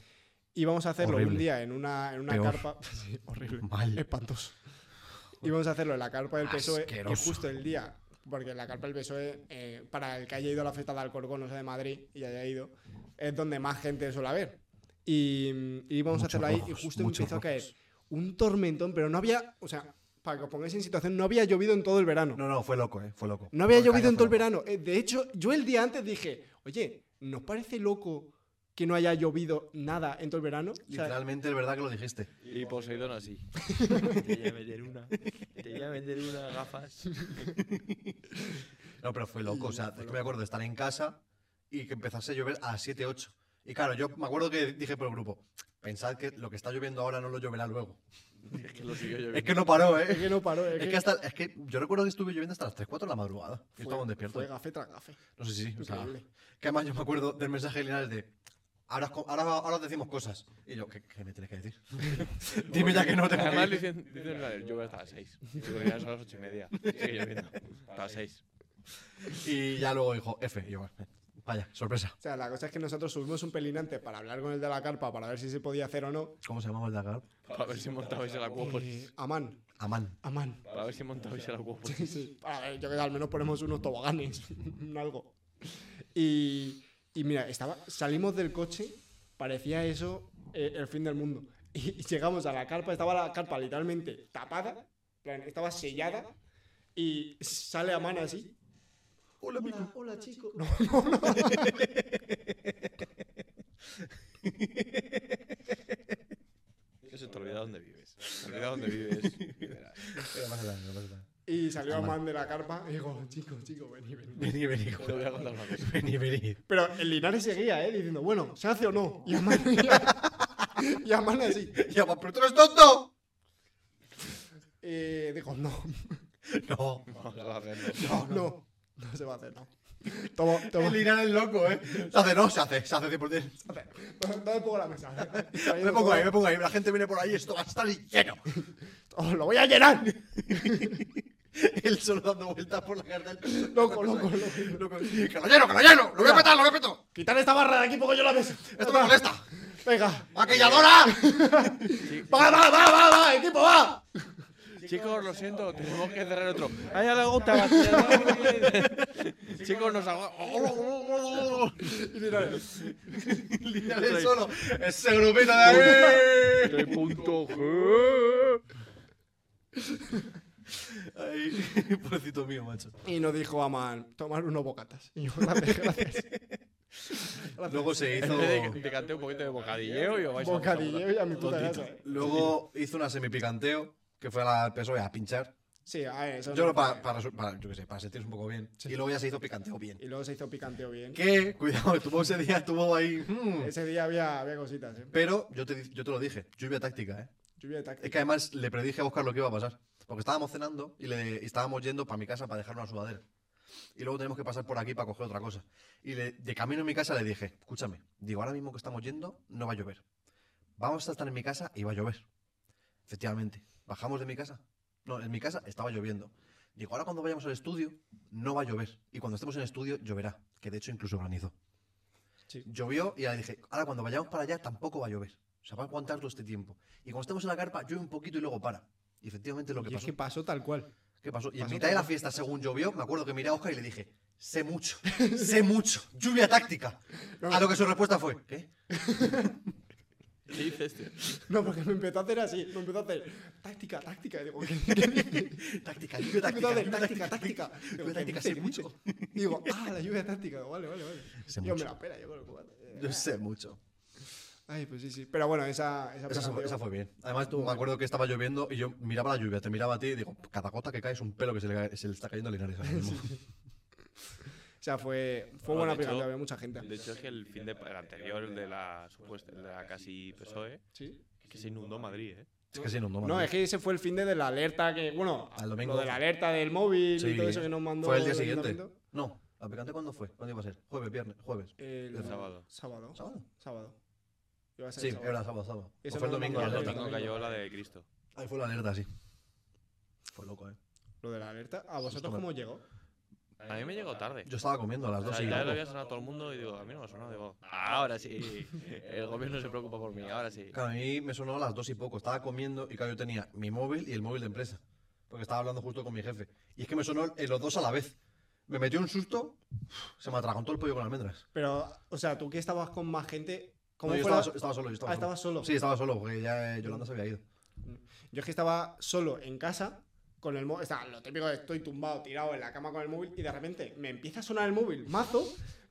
íbamos a hacerlo un
Horrible.
día en una, en una
Peor.
carpa. Sí, horrible.
Mal.
Espantoso. Íbamos a hacerlo en la carpa del PSOE, E, que
Asqueroso.
justo el día, porque la carpa del PSOE, eh, para el que haya ido a la fiesta de Alcorcón, o sea, de Madrid, y haya ido, es donde más gente suele haber. Y, mm, y íbamos
Muchos
a hacerlo ahí, y
rojos,
justo
muchos
empezó a caer
rojos.
un tormentón, pero no había, o sea, para que os pongáis en situación, no había llovido en todo el verano.
No, no, fue loco, ¿eh? Fue loco.
No había
Por el
llovido en
caño
todo el
fue
verano. Eh, De hecho, yo el día antes dije, oye, ¿nos parece loco que no haya llovido nada en todo el verano? O sea,
Literalmente es verdad que lo dijiste.
Y Poseidón así. Te voy a meter una. Te voy a meter unas gafas.
No, pero fue loco. O sea, es que me acuerdo de estar en casa y que empezase a llover a 7, 8. Y claro, yo me acuerdo que dije por el grupo, pensad que lo que está lloviendo ahora no lo lloverá luego.
Y es que lo siguió lloviendo.
Es que no paró,
es
¿eh?
que no paró. Es,
Es que, hasta, es que yo recuerdo que estuve lloviendo hasta las 3, 4 de la madrugada. Yo estaba
fue,
despierto.
fue gafe tras gafe.
No sé si. o sea,
Increíble.
que además yo me acuerdo del mensaje de Linares de. Ahora, os co- ahora, ahora os decimos cosas. Y yo, ¿qué, qué me tienes que decir? Dime ya que no tengo
Además,
que ir.
dicen, dicen la del llover hasta las 6. Digo, ya son las 8 y media. Sigue lloviendo. Hasta las 6.
Y ya luego dijo, F. Y yo, vaya, sorpresa.
O sea, la cosa es que nosotros subimos un pelín antes para hablar con el de la carpa, para ver si se podía hacer o no.
¿Cómo se llamaba el Dakar?
Para ver si montabais el acuópolis.
Eh, Amán,
Amán.
Amán.
Para ver si montabais el acuópolis.
Sí, sí. A ver, yo que al menos ponemos unos toboganes, un algo. Y, y mira, estaba, salimos del coche, parecía eso eh, el fin del mundo. Y, y llegamos a la carpa, estaba la carpa literalmente tapada, en plan, estaba sellada, y sale a mano así.
Hola,
Hola, hola chico.
Que se te olvida dónde vives. Se te olvida dónde vives. y verás.
Y salió Amán de la carpa y digo, chico, chico, vení, vení.
Vení, vení,
Te voy
joder.
a contar una cosa.
Vení, vení.
Pero el Linares seguía, ¿eh? Diciendo, bueno, ¿se hace o no? Y Amán, y Amán así.
Ya, va, pero tú eres tonto.
Eh, digo, no.
No.
No, no lo hacemos.
No, no, se va a hacer, no. Tomo, tomo.
El Linar es loco, ¿eh? Se hace, no, se hace, se hace 100%.
¿Dónde pongo la mesa? ¿eh?
Me pongo ahí, me
Oh,
pongo ahí. La gente viene por ahí, esto va a estar lleno.
¡Os lo voy a llenar!
Él solo dando vueltas por la cartel.
Loco, loco, loco.
loco. ¡Que lo lleno, que lo lleno! ¡Lo voy a petar, lo voy a petar!
Quitar esta barra de aquí porque yo la beso.
¡Esto me molesta!
Venga.
¡Maquilladora!
Va, va, va, va, va, equipo, va.
Chicos, lo siento, tenemos que cerrar otro. Hay algo que Chicos, nos Oh, hago.
Él solo. ¡Ese grupito de ahí!
De punto G.
Ay, pobrecito mío, macho.
Y nos dijo Aman, tomar unos bocatas. Y yo, gracias, gracias.
Luego se
En
hizo.
vez de que Te canté un poquito de bocadilleo y os vais a-
Bocadillo y a mi puta casa.
Luego hizo una semipicanteo, que fue al PSOE E a pinchar.
Sí, a ver, eso
Yo
no
creo para,
fue-
para, su- para, yo qué sé, para sentirse un poco bien. Y luego ya se hizo picanteo bien.
Y luego se hizo picanteo bien.
Que, cuidado, estuvo ese día, estuvo ahí. mm.
Ese día había, había cositas, ¿eh?
Pero yo te, di- yo te lo dije, lluvia táctica, ¿eh?
Lluvia de
Es
táctica.
que además le predije a Oscar lo que iba a pasar. Porque estábamos cenando y, le, y estábamos yendo para mi casa para dejar una sudadera. Y luego tenemos que pasar por aquí para coger otra cosa. Y le- de camino a mi casa le dije, escúchame, digo, ahora mismo que estamos yendo no va a llover. Vamos a estar en mi casa y va a llover. Efectivamente, bajamos de mi casa. No, en mi casa estaba lloviendo. Digo, ahora cuando vayamos al estudio no va a llover. Y cuando estemos en el estudio lloverá. Que de hecho incluso granizó.
Sí.
Llovió y le dije, ahora cuando vayamos para allá tampoco va a llover. O sea, va a aguantar todo este tiempo. Y cuando estemos en la carpa, llueve un poquito y luego para. Y efectivamente es lo
Y
que
es
pasó.
que pasó tal cual.
¿Qué pasó? Y en
pasó
mitad de
todo.
la fiesta, según llovió, me acuerdo que miré a Oscar y le dije, sé mucho, sé mucho, lluvia táctica. A lo que su respuesta fue, ¿qué?
¿Qué dices, tío?
No, porque me empezó a hacer así. Me empezó a hacer táctica, táctica. Y digo, ¿qué?
Táctica, lluvia táctica,
Empezó a hacer
lluvia
táctica,
táctica,
táctica.
lluvia táctica, sé mucho.
Digo, ah, la lluvia táctica. Digo, Vale, vale, vale.
Sé
yo
mucho.
me la pela, yo con el cubata.
Yo sé mucho.
Ay, pues sí, sí. Pero bueno, esa, esa,
Esa fue,
picanteo-
esa fue bien. Además, me acuerdo que estaba lloviendo y yo miraba la lluvia, te miraba a ti y digo, cada gota que cae es un pelo que se le, cae- se le está cayendo a Linares ahora mismo.
O sea, fue, fue
Bueno,
buena
de hecho-
picante, había mucha gente.
De hecho, es que el fin de, el anterior de la supuesta, de la casi PSOE,
Sí.
es E, que se inundó Madrid, ¿eh?
Es que sí, no, no.
No, es que ese fue el fin de, de la alerta que. Bueno,
Al domingo.
lo de la alerta del móvil
Sí,
y todo eso que nos mandó.
Fue el día
del
siguiente.
ayuntamiento.
No, ¿la picante cuándo fue? ¿Cuándo iba a ser? Jueves, viernes, jueves.
El
El
sábado.
Sábado.
¿Sábado?
Sábado. Iba a ser
Sí,
el sábado.
era sábado, sábado. O
Eso
fue el
no lo
domingo
Y el
la
mandó
alerta.
domingo cayó la de Cristo.
Ahí fue la alerta, sí. Fue loco, eh.
Lo de la alerta. ¿A vosotros
me-
cómo llegó?
A mí me llegó tarde.
Yo estaba comiendo a las
O
2
sea,
y
ya
algo.
le había sonado a todo el mundo y digo, a mí no me ha sonado. Digo, ahora sí. El gobierno se preocupa por mí, ahora sí.
Claro, a mí me sonó a las 2 y poco. Estaba comiendo y claro, yo tenía mi móvil y el móvil de empresa. Porque estaba hablando justo con mi jefe. Y es que me sonó eh, los dos a la vez. Me metió un susto. Se me atragantó el pollo con almendras.
Pero, o sea, tú que estabas con más gente. ¿Cómo
No, yo
fue la-
estaba, so- estaba solo. Yo estaba
Ah, estabas solo.
Sí, estaba solo porque ya eh, Yolanda se había ido.
Yo es que estaba solo en casa con el móvil. O sea, lo típico de estoy tumbado, tirado en la cama con el móvil y de repente me empieza a sonar el móvil, mazo.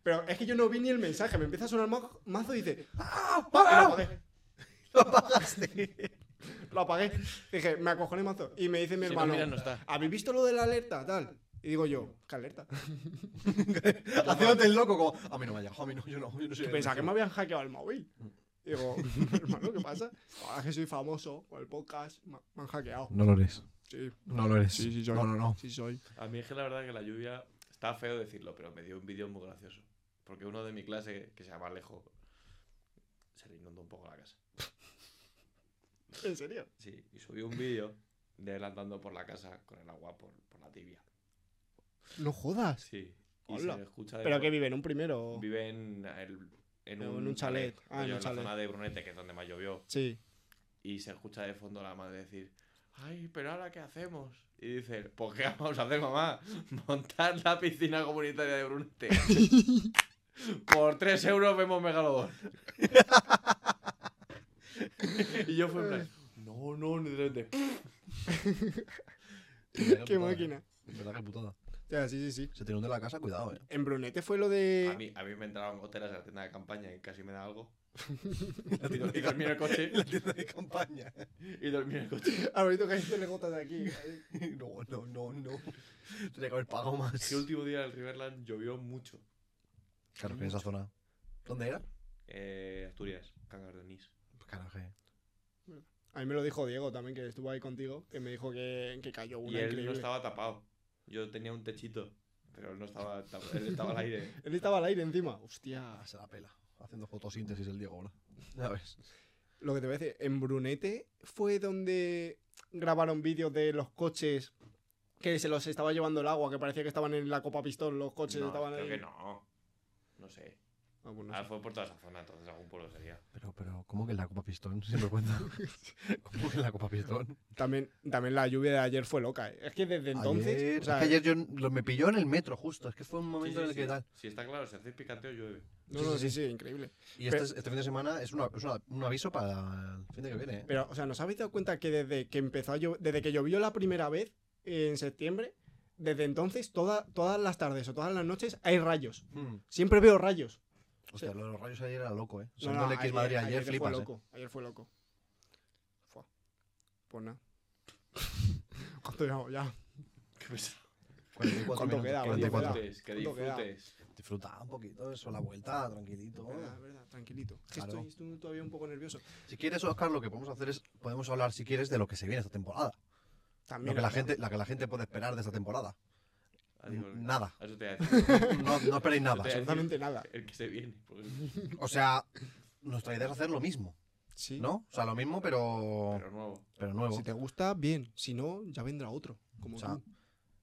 Pero es que yo no vi ni el mensaje. Me empieza a sonar ma- mazo y dice. ¡Ah! ¡Ah! Lo apagué.
Lo apagaste.
Lo apagué. Dije, me acojoné mazo. Y me dice mi
Si no
hermano.
miras, no está.
¿Habéis visto lo de la alerta? Tal. Y digo yo, ¿qué alerta?
Haciéndote el loco como. A mí no me ha llegado, a mí no, yo no. Yo no soy
Que
el
pensaba que me
mismo".
habían hackeado el móvil. Digo, hermano, ¿qué pasa? Ahora que soy famoso con el podcast, me me han hackeado.
No lo eres.
Sí,
No lo eres.
sí, sí, soy.
no, no, no.
Sí, soy.
A mí es que la verdad que la lluvia está feo decirlo, pero me dio un vídeo muy gracioso. Porque uno de mi clase, que se llama Alejo, se le inundó un poco la casa.
¿En serio?
Sí, y subió un vídeo de él andando por la casa con el agua por, por la tibia.
No jodas.
Sí. Y
Hola.
se le escucha de
¿Pero que
fondo.
viven? ¿Un primero?
vive en, el- en
En
un,
un chalet. Ah, en
rollo
un
en
chalet.
la zona de Brunete, que es donde más llovió.
Sí.
Y se escucha de fondo la madre decir, ay, pero ahora qué hacemos. Y dice, pues qué vamos a hacer, mamá, montar la piscina comunitaria de Brunete. Por 3 euros vemos Megalodón. y yo fui en plan, no, no, ni de
Eh.
repente.
Qué
putada,
máquina.
eh. Verdad que putada.
Ya, sí, sí, sí.
Se tiró de la casa, cuidado, eh.
En Brunete fue lo
A
de.
mí, a mí me entraron goteras en la tienda de campaña y casi me da algo. y dormí en el coche.
La tienda de campaña.
Y dormí en el coche.
Alberto, que hay tres gotas de aquí.
No, no, no, no. Tenía que haber pagado más.
Ese último día del Riverland llovió mucho.
Claro, que en esa zona. ¿Dónde era?
Eh, Asturias, Cangas de Onís.
Carajo.
A mí me lo dijo Diego también, que estuvo ahí contigo, que me dijo que, que cayó una
Y él
increíble.
no estaba tapado. Yo tenía un techito, pero él no estaba tapado. Él estaba al aire.
Él estaba al aire encima. Hostia.
Ah, se la pela. Haciendo fotosíntesis el Diego, hola. Ya ves.
Lo que te voy a decir, en Brunete fue donde grabaron vídeos de los coches que se los estaba llevando el agua, que parecía que estaban en la copa pistón, los coches
no,
estaban
creo
ahí.
que no. No sé.
Ah, pues no
Ah,
sé.
fue por toda esa zona, entonces algún pueblo sería.
Pero, pero, ¿cómo que en la Copa Pistón? Siempre cuenta. ¿Cómo que en la Copa Pistón?
También, también la lluvia de ayer fue loca. eh. Es que desde entonces.
Ayer,
o sea,
es que ayer yo lo- me pilló en el metro, justo. Es que fue un
Sí,
momento
sí,
en el que
sí.
tal.
Si está claro, si hace picanteo llueve.
No, no, sí, sí, increíble.
Y este, este fin de semana es, una- es una- un aviso para el fin de que viene. ¿eh?
Pero, o sea, ¿nos habéis dado cuenta que desde que empezó a llover, desde que llovió la primera vez eh, en septiembre, desde entonces, toda- todas las tardes o todas las noches hay rayos?
Hmm.
Siempre veo rayos.
Hostia, lo de los rayos ayer era loco, ¿eh?
No,
Son
no,
no, X Madrid ayer, flipas.
Fue
¿eh?
loco, Ayer fue loco. Fua. Pues nada. ¿Cuánto llevamos ya?
Qué pesado.
44
¿Cuánto
minutos,
queda?
Que
44.
queda?
disfrutes, que
¿Cuánto queda?
disfrutes.
Disfruta un poquito eso, la vuelta, tranquilito.
Verdad, verdad, tranquilito. Que
Claro.
Estoy, estoy todavía un poco nervioso.
Si quieres, Oscar, lo que podemos hacer es, podemos hablar, si quieres, de lo que se viene esta temporada.
También.
Lo que la
¿verdad?
gente, la que la gente puede esperar de esta temporada.
Adiós, Olga.
Nada.
Eso te iba a decir.
No, no esperéis nada.
Eso te-
Absolutamente nada.
El que se viene. pues, porque-
O sea, nuestra idea es hacer lo mismo,
Sí.
¿no? O sea, lo mismo, pero,
Pero nuevo.
pero nuevo.
Si te gusta, bien. Si no, ya vendrá otro. Como
O sea,
tú.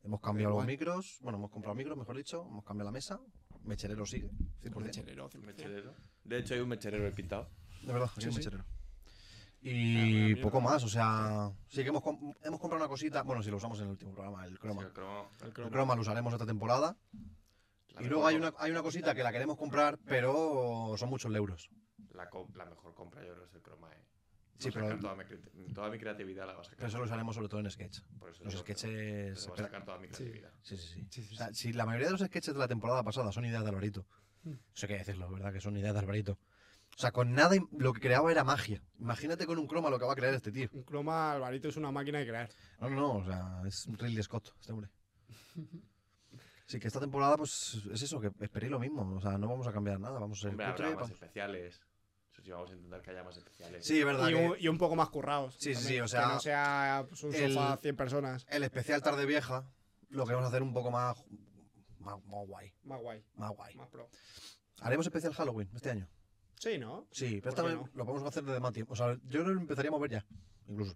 hemos cambiado
Da
los
igual.
micros, bueno, hemos comprado micros, mejor dicho, hemos cambiado la mesa. Mecherero sigue, 100%.
Mecherero,
Mecherero. De hecho, hay un mecherero he pintado.
De verdad, aquí
Sí,
es
sí.
mecherero.
Ah, buena
Y
mierda.
poco más, o sea, sí que hemos, com- hemos comprado una cosita, bueno, si lo usamos en el último programa, el croma.
Sí, el cromo.
El
El
croma.
croma lo usaremos esta temporada.
La
y
mejor
luego hay
com-
una, hay una cosita que la queremos comprar, pero son muchos euros.
La, co- la mejor compra, yo creo, es el croma, eh.
Sí,
Vas a sacar
pero-
toda mi, cre- toda mi creatividad la vas a sacar.
Pero eso lo usaremos sobre todo en sketch.
Por eso
Los
digo, pero-
sketches.
pero vas a sacar toda mi creatividad.
Sí, sí, sí.
Sí, sí,
O sea, si la mayoría de los sketches de la temporada pasada son ideas de Alvarito,
Hmm.
Mm.
eso hay que decirlo, ¿verdad? Que son ideas de Alvarito. O sea, con nada im- lo que creaba era magia. Imagínate con un croma lo que va a crear este tío.
Un croma, Alvarito, es una máquina de crear.
No, no, no, o sea, es un Ridley Scott, este hombre. Así que esta temporada, pues es eso, que esperéis lo mismo. O sea, no vamos a cambiar nada, vamos a ser
Hombre,
cutre,
habrá más
vamos-
especiales. Eso sí, vamos a intentar que haya más especiales.
Sí, verdad.
Y
que-
un, y un poco más currados.
Sí, sí,
también,
sí, o sea,
Que no sea pues, un
el-
sofá 100 personas.
el especial tarde vieja lo queremos hacer un poco más, más, más guay,
Más guay,
más guay.
más pro.
Haremos especial Halloween este año.
Sí, ¿no?
Sí, pero
¿Por qué
también
no?
lo podemos hacer desde más tiempo. O sea, yo creo que empezaríamos a ver ya, incluso.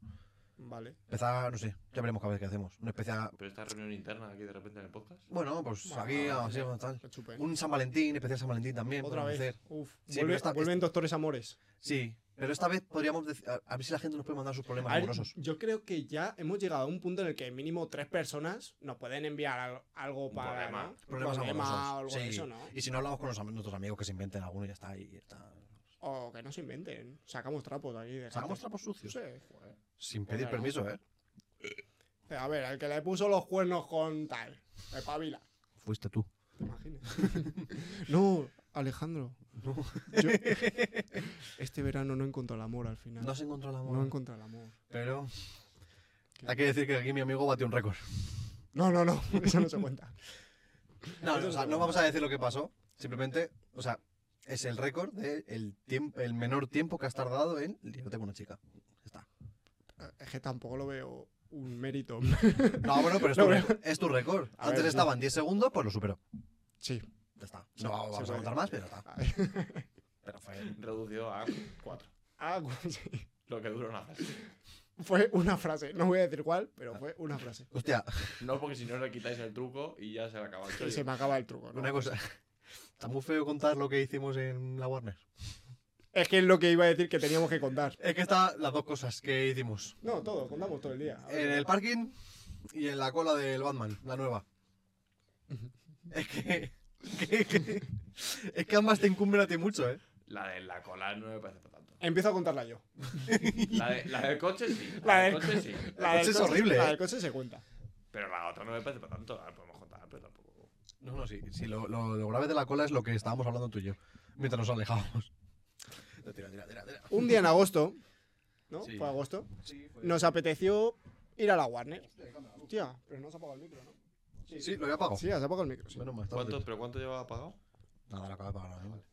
Vale.
Empezar, no sé, ya veremos cada vez qué hacemos. Un especial,
Pero esta reunión interna aquí de repente en el podcast.
bueno, pues
Bueno,
aquí,
vale.
así, tal.
Que chupen.
Un San Valentín, especial San Valentín también.
Otra
podemos
vez.
hacer.
Uf.
Sí,
vuelve-
pero esta-
vuelven Doctores Amores.
Sí, pero esta vez podríamos decir, a, a ver si la gente nos puede mandar sus problemas
A ver,
amorosos.
yo creo que ya hemos llegado a un punto en el que mínimo tres personas nos pueden enviar al- algo
Un
para.
problema.
¿no? Un
Problemas
problema o algo
amorosos.
de
sí.
eso, ¿no?
Y si no hablamos con los am- nuestros amigos que se inventen alguno y ya está. Y ya está.
O que no se inventen. Sacamos trapos de aquí. de
Sacamos
gente.
trapos sucios.
Sí.
Sin pedir
Claro.
permiso, ¿eh?
A ver, el que le puso los cuernos con tal. Espabila.
Fuiste tú.
¿Te imaginas? no, Alejandro. Yo- este verano no encontró el amor al final.
No se encontró el amor.
No encontré el amor.
Pero. Hay que decir que aquí mi amigo batió un récord.
No, no, no. Eso no se cuenta.
No, no, o sea, no vamos a decir lo que pasó. Simplemente, o sea, es el récord del el tiemp- el menor tiempo que has tardado en liarte con una chica. Ya Está.
Eh, Es que tampoco lo veo un mérito.
No, bueno, pero es tu,
No,
récord, es tu récord.
A
Antes
ver,
estaba en 10 segundos, pues lo superó.
Sí.
Ya está. No vamos
se
a
puede.
contar más, pero ya está.
A ver.
Pero fue.
Reducido a cuatro.
Ah, cu- sí.
Lo que dura una frase.
Fue una frase. No voy a decir cuál, pero fue una frase.
Hostia,
No, porque si no le quitáis el truco y ya se le acaba el
Y
rollo.
se me acaba el truco. ¿no?
una cosa. Está muy feo contar lo que hicimos en la Warner.
Es que es lo que iba a decir que teníamos que contar.
Es que están las dos cosas que hicimos.
No, todo, contamos todo el día. A ver.
En el parking y en la cola del Batman, la nueva. Es que. que- que- es que ambas te encumbran a ti mucho, ¿eh?
La de la cola no me parece para tanto.
Empiezo a contarla yo.
La, de- la del coche sí. La,
La
del
del
coche sí.
La del coche es horrible,
La
eh.
del coche se cuenta.
Pero la otra no me parece para tanto. Ah, La podemos contar, pero tampoco.
No, no, sí. sí lo, lo- lo grave de la cola es lo que estábamos hablando tú y yo, mientras nos alejábamos. Tira, tira, tira, tira.
Un día en agosto, ¿no?
Sí.
Fue agosto. Nos apeteció ir a la Warner. Hostia, pero no se ha apagado el micro, ¿no?
Sí, lo había apagado.
Sí, se ha apagado el micro. sí.
Menos mal, estaba
¿Cuánto,
atento.
¿Pero cuánto llevaba pagado?
Nada, lo acabo de apagar. ¿no?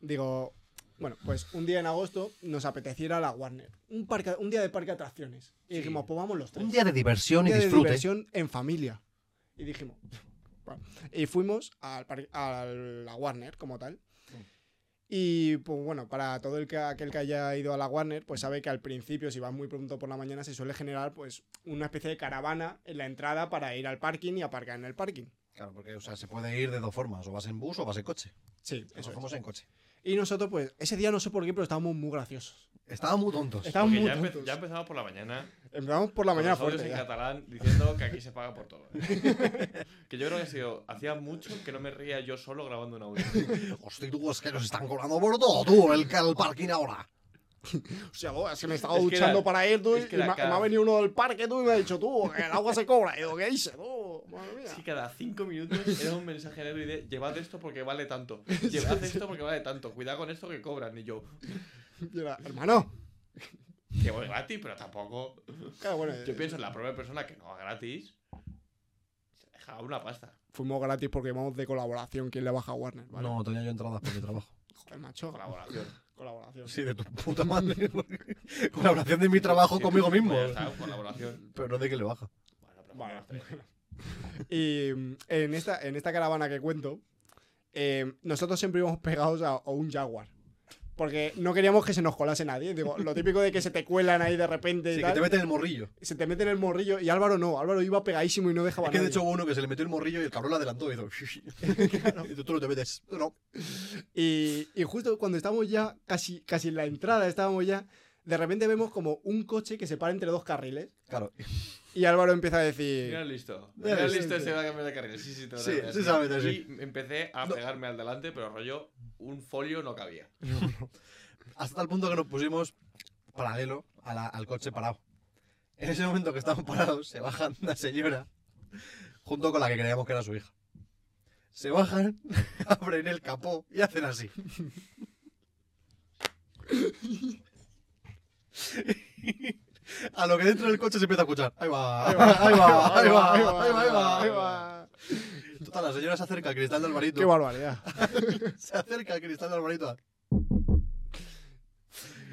Digo, bueno, pues un día en agosto nos apeteciera la Warner. Un, parque, un día de parque de atracciones. Y dijimos, pues vamos los tres.
Un día de diversión
Un
y
día de
disfrute.
diversión en familia. Y dijimos, bueno, y fuimos al parque- a la Warner como tal. Y pues bueno, para todo el que, aquel que haya ido a la Warner, pues sabe que al principio, si vas muy pronto por la mañana, se suele generar pues una especie de caravana en la entrada para ir al parking y aparcar en el parking.
Claro, porque o sea, se puede ir de dos formas, o vas en bus o vas en coche.
Sí,
Eso
eso es.
fuimos en coche.
Y nosotros, pues, ese día no sé por qué, pero estábamos muy graciosos.
Estábamos muy tontos.
Estábamos
Porque
muy
ya, empe-
tontos.
ya empezamos por la mañana.
Empezamos por la
con
mañana
los audios
fuerte.
en
ya.
catalán diciendo que aquí se paga por todo. que yo creo que ha sido. Hacía mucho que no me reía yo solo grabando un audio.
Hostia, tú, es que nos están cobrando por todo, tú, el, el parking ahora.
O sea, bo, es que me estaba
Es que
duchando
era-
para ir, tú,
es que
y me,
era
me ha
cada-
venido uno del parque, tú, y me ha dicho, tú, que el agua se cobra. Y yo, ¿qué hice, tú? Madre mía.
Sí, cada cinco minutos era un mensaje negro y de llevad esto porque vale tanto. Llevad esto porque vale tanto. Cuidado con esto que cobran. Y yo,
Y era, hermano.
que voy gratis, pero tampoco.
Claro, bueno,
Yo pienso en la propia persona que no va gratis. Se deja una pasta.
fuimos gratis porque vamos de colaboración. ¿Quién le baja a Warner? ¿vale?
No, tenía yo entradas por mi trabajo.
Joder, macho.
Colaboración.
Colaboración.
Sí, de tu puta madre. Colaboración de mi trabajo
Sí,
conmigo
pues
mismo.
ya está, colaboración.
Pero no de que le baja.
Bueno, pero
Vale.
joder,
Y mm, en esta, en esta caravana que cuento, eh, nosotros siempre íbamos pegados a, a un Jaguar. Porque no queríamos que se nos colase nadie. Digo, lo típico de que se te cuelan ahí de repente y
Sí, que
tal,
te meten el morrillo.
Se te mete en el morrillo. Y Álvaro no. Álvaro iba pegadísimo y no dejaba
Es que de
nadie.
hecho hubo uno que se le metió el morrillo y el cabrón le adelantó y hizo. Y tú no te metes. Tú no.
Y, y justo cuando estábamos ya casi, casi en la entrada, estábamos ya, de repente vemos como un coche que se para entre dos carriles.
Claro.
Y Álvaro empieza a
Mira
decir,
el listo.
Mira
Mira el
el
listo
listo.
se va a cambiar de carril. Sí, sí, te lo
Sí,
sabes.
sí sabe, sí.
Y empecé a
No.
pegarme al delante, pero rollo, un folio no cabía.
Hasta el punto que nos pusimos paralelo a la- al coche parado. En ese momento que estamos parados, se baja una señora junto con la que creíamos que era su hija. Se bajan, abren el capó y hacen así. A lo que dentro del coche se empieza a escuchar. Ahí va, ahí va, ahí va, ahí va, ahí va, ahí va, ahí va. Total, la señora se acerca al cristal de Alvarito.
qué barbaridad.
Se acerca al cristal de Alvarito.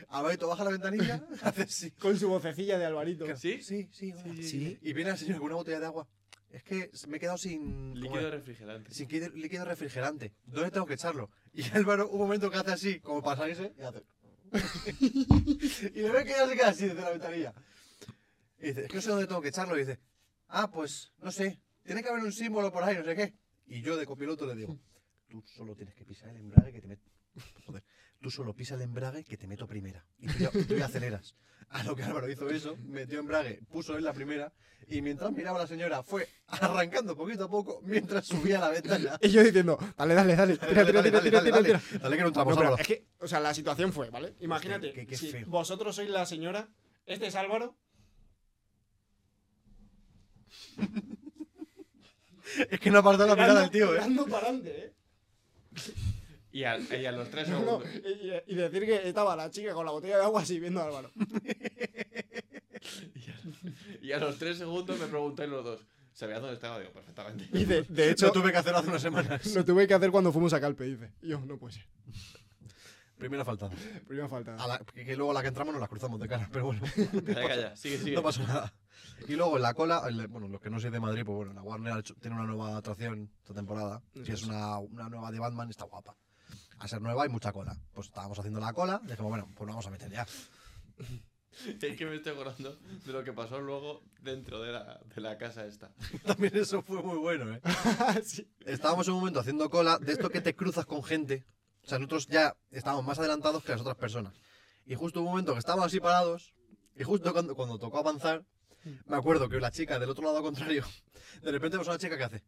Alvarito baja la ventanilla, hace así.
Con su vocecilla de Alvarito.
¿Sí?
Sí, sí, hola.
Sí, sí, sí.
Y viene la señora con una botella de agua. Es que me he quedado sin. ¿cómo
Líquido
era?
refrigerante.
Sin líquido- líquido refrigerante. ¿Dónde tengo que echarlo? Y Álvaro, un momento que hace así, como para salirse, y hace. y le ve que ya se queda así desde la ventanilla. Y dice, es que no sé dónde tengo que echarlo. Y dice, ah, pues no sé, tiene que haber un símbolo por ahí, no sé qué. Y yo de copiloto le digo, tú solo tienes que pisar el embrague que te meto. Joder, tú solo pisa el embrague que te meto primera. Y tú ya, tú ya aceleras. A lo que Álvaro hizo eso, metió embrague, puso en la primera. Y mientras miraba a la señora, fue arrancando poquito a poco mientras subía la ventana.
Y yo diciendo, dale, dale, dale, tira,
Dale,
tira,
dale,
tira,
dale,
tira,
dale,
tira,
dale.
tira.
Dale que no
No,
entramos,
pero
Álvaro.
es que, o sea, la situación fue, ¿vale? Imagínate,
qué- qué
si
feo.
vosotros sois la señora, este es Álvaro,
Es que no apartó la
Ah,
mirada del tío, eh.
tirando para adelante, ¿eh?
Y, al- y a los tres
No,
segundos.
no, y, y decir que estaba la chica con la botella de agua así viendo a Álvaro.
Y a los tres segundos me preguntáis los dos. ¿Sabías dónde estaba? Digo, perfectamente.
Y de, de
Eso
hecho,
tuve que hacer hace unas semanas.
lo tuve que hacer cuando fuimos a Calpe, dice. Y yo, no puede ser.
Primera faltada.
Primera falta.
A la- que que luego a la que entramos nos las cruzamos de cara, pero bueno,
Calla, calla. Sigue, sigue.
no pasó nada. Y luego en la cola, el- bueno, los que no sois de Madrid, pues bueno, la Warner ha hecho- tiene una nueva atracción esta temporada, que es una, una nueva de Batman, está guapa. A ser nueva hay mucha cola. Pues estábamos haciendo la cola, dijimos, bueno, pues nos vamos a meter ya.
Es que me estoy acordando de lo que pasó luego dentro de la, de la casa esta.
También eso fue muy bueno, ¿eh?
Sí.
Estábamos en un momento haciendo cola de esto que te cruzas con gente. O sea, nosotros ya estábamos más adelantados que las otras personas. Y justo un momento que estábamos así parados, y justo cuando, cuando tocó avanzar, me acuerdo que la chica del otro lado contrario, de repente vemos a una chica que hace.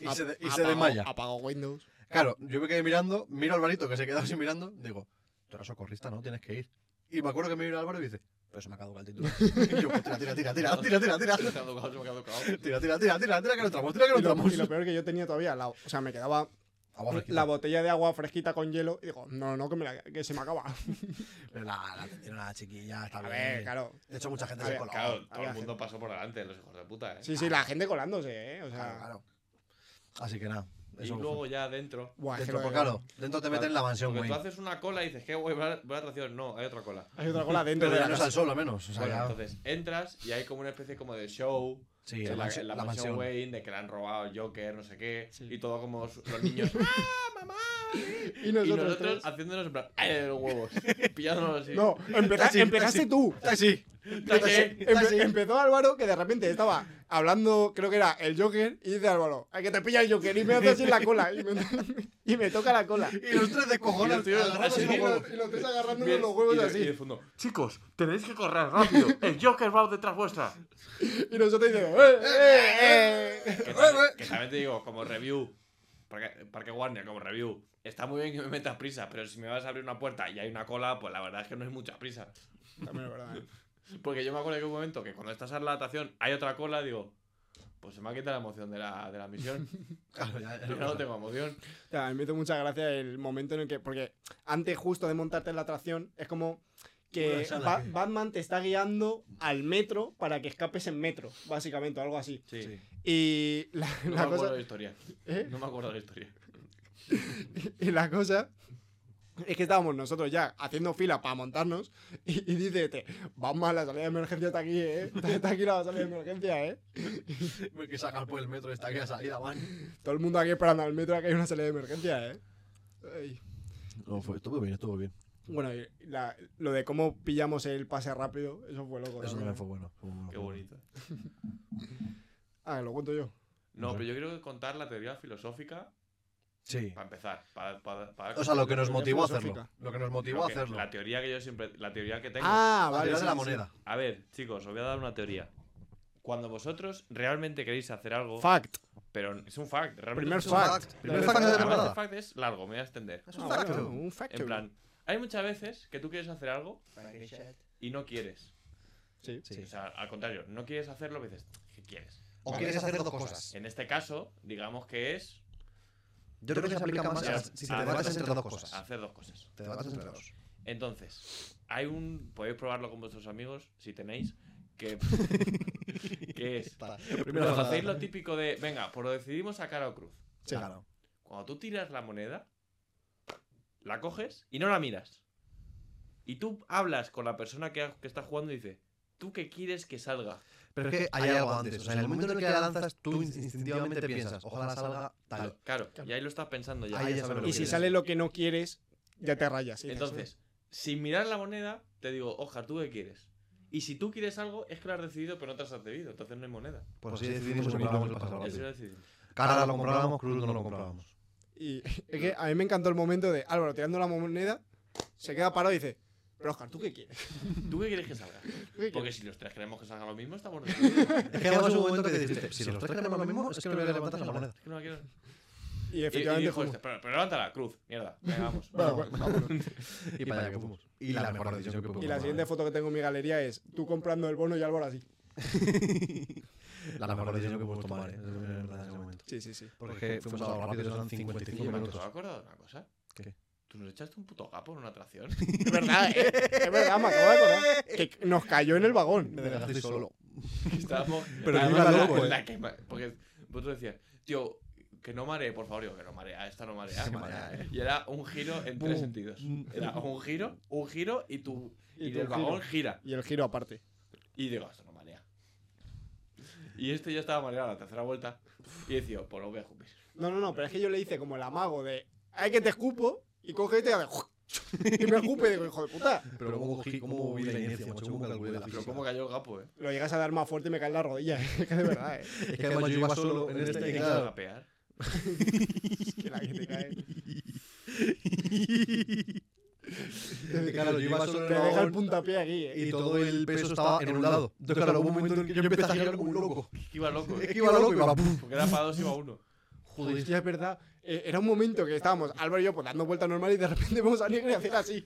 Y se, de- y se
Apagó-
desmaya.
Apagó Windows.
Claro, yo me quedé mirando, miro al Alvarito que se quedaba así mirando, digo, tú eres socorrista, ¿no? Tienes que ir. Y me acuerdo que me mira Álvaro y dice, pero se me ha caducado el título. Y yo, pues tira, tira, tira, tira, tira, tira, tira.
Se me ha caducado, se me ha caducado.
Tira, tira, tira, tira, tira, que no entramos, tira, que no
Y lo,
entramos.
y lo peor que yo tenía todavía, la- o sea, me quedaba
Agua fresquita.
la botella de agua fresquita con hielo. Y digo, no, no, que, me la- que se me acaba.
Pero la, la atención a la chiquilla está
A
bien.
ver, claro.
De hecho, mucha gente
A
se
ver,
coló.
Claro, todo
había
el mundo pasó por delante, los hijos de puta, ¿eh?
Sí, sí, la gente colándose, ¿eh? O sea,
Claro, claro. Así que nada.
y
Eso
luego ya adentro.
buah,
fue.
es que
Dentro,
lo-
pues, claro, dentro te meten en la mansión,
Porque
güey.
tú haces una cola y dices, qué guay, va va la atracción. No, hay otra cola.
Hay otra cola dentro
Pero
de
ya
la
no es
casa.
Pues
al sol, al menos. O sea,
Bueno,
ya-
entonces entras y hay como una especie como de show en
Sí, la,
la,
mansi-
en la
la
mansión
mansión.
Wayne de que le han robado el Joker, no sé qué,
Sí.
y todo como s- los niños, ¡ah, mamá! eh".
Y nosotros
y nosotros
tres.
haciéndonos en plan, ¡ay, de los huevos! Pillándonos así.
No, empeza-
taxi,
empezaste
taxi.
tú.
Taxi.
Taxi.
Empe- em-, empezó Álvaro que de repente estaba hablando, creo que era el Joker, y dice Álvaro, hay que te pilla el Joker, y me hace así en la cola, y me, y me toca la cola.
Y los tres
Y los
descojonados.
tíos
agarrados
así,
en los
¿no?
huevos.
Y los tres agarrándonos
Bien,
los huevos
y de- Y
así.
de fondo, chicos, tenéis que correr rápido, el Joker va detrás vuestra.
Y nosotros diciendo, ¡eh, eh, eh!
Que también, que también te digo, como review, Parque, Parque Warner, como review, está muy bien que me metas prisa, pero si me vas a abrir una puerta y hay una cola, pues la verdad es que no hay mucha prisa.
También es verdad. ¿eh?
Porque yo me acuerdo que hubo un momento que cuando estás en la natación hay otra cola, digo, pues se me ha quitado la emoción de la, de la misión.
Claro, ya- ya
Yo
no
no
pasa.
tengo emoción.
O sea, me hizo mucha gracia el momento en el que, porque antes justo de montarte en la atracción, es como
Una
que
sala
Ba-
que-
Batman te está guiando al metro para que escapes en metro, básicamente, o algo así.
Sí.
Sí.
Y la,
No me
la
acuerdo
cosa...
de la historia.
¿eh?
No me acuerdo de la historia.
Y la cosa es que estábamos nosotros ya haciendo fila para montarnos y, y dice este, vamos, la salida de emergencia está aquí, ¿eh? Está, está aquí la salida de emergencia, ¿eh?
Que sacar por el metro esta que la salida, van.
Todo el mundo aquí esperando al metro a que hay una salida de emergencia, ¿eh? Ay.
No, fue, estuvo bien, estuvo bien.
Bueno, y la- lo de cómo pillamos el pase rápido, eso fue loco.
Eso
también.
también fue bueno. fue bueno,
Qué
fue bueno.
bonito.
Ah, lo cuento yo.
No, pero yo quiero contar la teoría filosófica
Sí.
para empezar. Para, para- para-
O sea, lo que nos
Teoría
motivó a
filosófica.
hacerlo. Lo que nos motivó
lo
a
que-
hacerlo.
La teoría que yo siempre. La teoría que tengo.
Ah,
La
vale.
teoría
sí,
de la
sí.
moneda.
A ver, chicos, os voy a dar una teoría. Cuando vosotros realmente queréis hacer algo,
Fact.
pero es un fact, realmente
Primer
es un
fact.
Primer
La
fact de
verdad-
Además,
temporada.
este fact es largo, me voy a extender.
Es
Ah,
un
bueno,
facto.
un fact.
En plan, hay muchas veces que tú quieres hacer algo y no quieres.
Sí.
Sí.
O sea, al contrario, no quieres hacerlo, pero dices, ¿qué quieres?
O quieres hacer dos cosas.
En este caso, digamos que es
Yo creo que se aplica más a-
a-
si te
a-
debates entre dos cosas.
hacer dos cosas.
Te debates entre dos.
Entonces, hay un. Podéis probarlo con vuestros amigos, si tenéis. Que, que es.
Primero
cuando
fact.
hacéis lo típico de. Venga, pues lo decidimos a cara o cruz.
Sí.
Claro.
Cuando tú tiras la moneda, la coges y no la miras. Y tú hablas con la persona que, que está jugando y dice, ¿tú qué quieres que salga?
Pero es que hay algo antes. O sea, en el momento en el que la lanzas, tú instintivamente piensas, ojalá salga tal.
Claro, y ahí lo estás pensando ya.
Ahí
sabes
ya sabes
lo
lo
que
Y si
quieres.
sale lo que no quieres, ya te rayas. y dices,
Entonces, sin mirar la moneda, te digo, Ojar, ¿tú qué quieres? Y si tú quieres algo, es que lo has decidido, pero no te has atrevido. Entonces no hay moneda.
Pues así decidimos y compramos el pasado
Y así lo
rápido.
decidimos.
Cara lo comprábamos, cruz no lo comprábamos.
Y es que a mí me encantó el momento de Álvaro tirando la moneda, se queda parado y dice, pero Oscar, ¿tú qué quieres?
¿Tú qué quieres que salga?
¿Tú qué
Porque
quieres?".
si los tres queremos que salga lo mismo, estamos de acuerdo.
Es que además hubo un momento que dijiste, si los tres queremos lo mismo, es que no voy a levantar la moneda.
Es que no la quiero.
Y
Y, y
efectivamente
dijo
fuimos.
este, pero, pero levanta la cruz, mierda. Venga, vamos.
Bueno, pues, vámonos.
Y para allá que fuimos. Y la mejor decisión que pudimos
Y la siguiente foto que tengo en mi galería es tú comprando el bono y Álvaro así.
La mejor decisión que pudimos tomar, ¿eh? Eso es verdad, en ese momento.
Sí, sí, sí.
Porque fuimos a lo rápido, eran 55
Oye, Marcos, ¿te
minutos.
has acordado de una cosa?
¿Qué?
¿Tú nos echaste un puto gapo en una atracción?
Es verdad, eh, es verdad, me acabo de acordar. Que nos cayó en el vagón.
Me dejasteis solo.
Que Estábamos.
Pero
además,
iba
la-
loco,
la-
¿eh?
la que ma- Porque vosotros decías, tío, que no maree, por favor. Digo, que no marea, esta no marea.
Que marea, eh. Mm.
Y era un giro en tres sentidos. Era un giro, un giro y tu.
Y
Y,
tu
el
giro.
vagón gira.
Y el giro aparte.
Y digo, esto no marea. Y este ya estaba mareado a la tercera vuelta. Y decía, pues lo voy a escupir.
No, no, no, pero es que yo le hice como el amago de hay que te escupo y coge y te hace y me escupe y digo, hijo de puta.
Pero cómo cogí, cómo vi la inercia, macho, cómo calculé la
Pero
física.
cómo cayó el gapo, eh.
Lo llegas a dar más fuerte y me cae en la rodilla. Es que de verdad, eh.
Es que además yo iba solo en este y
Tenía que
claro.
gapear.
Que la que te cae.
Que Claro, yo iba solo
Te
en el
deja el
vagón
puntapié aquí, eh.
y todo el peso estaba en un lado. Entonces, claro, hubo un momento en el que yo empecé a girar como un loco.
Iba loco,
Es
eh.
que iba loco y iba ¡pum!
Porque era para dos, iba uno.
Joder, hostia, es verdad. Eh, era un momento que estábamos, Álvaro y yo, pues dando vueltas normal y de repente vemos a Negri hacer así.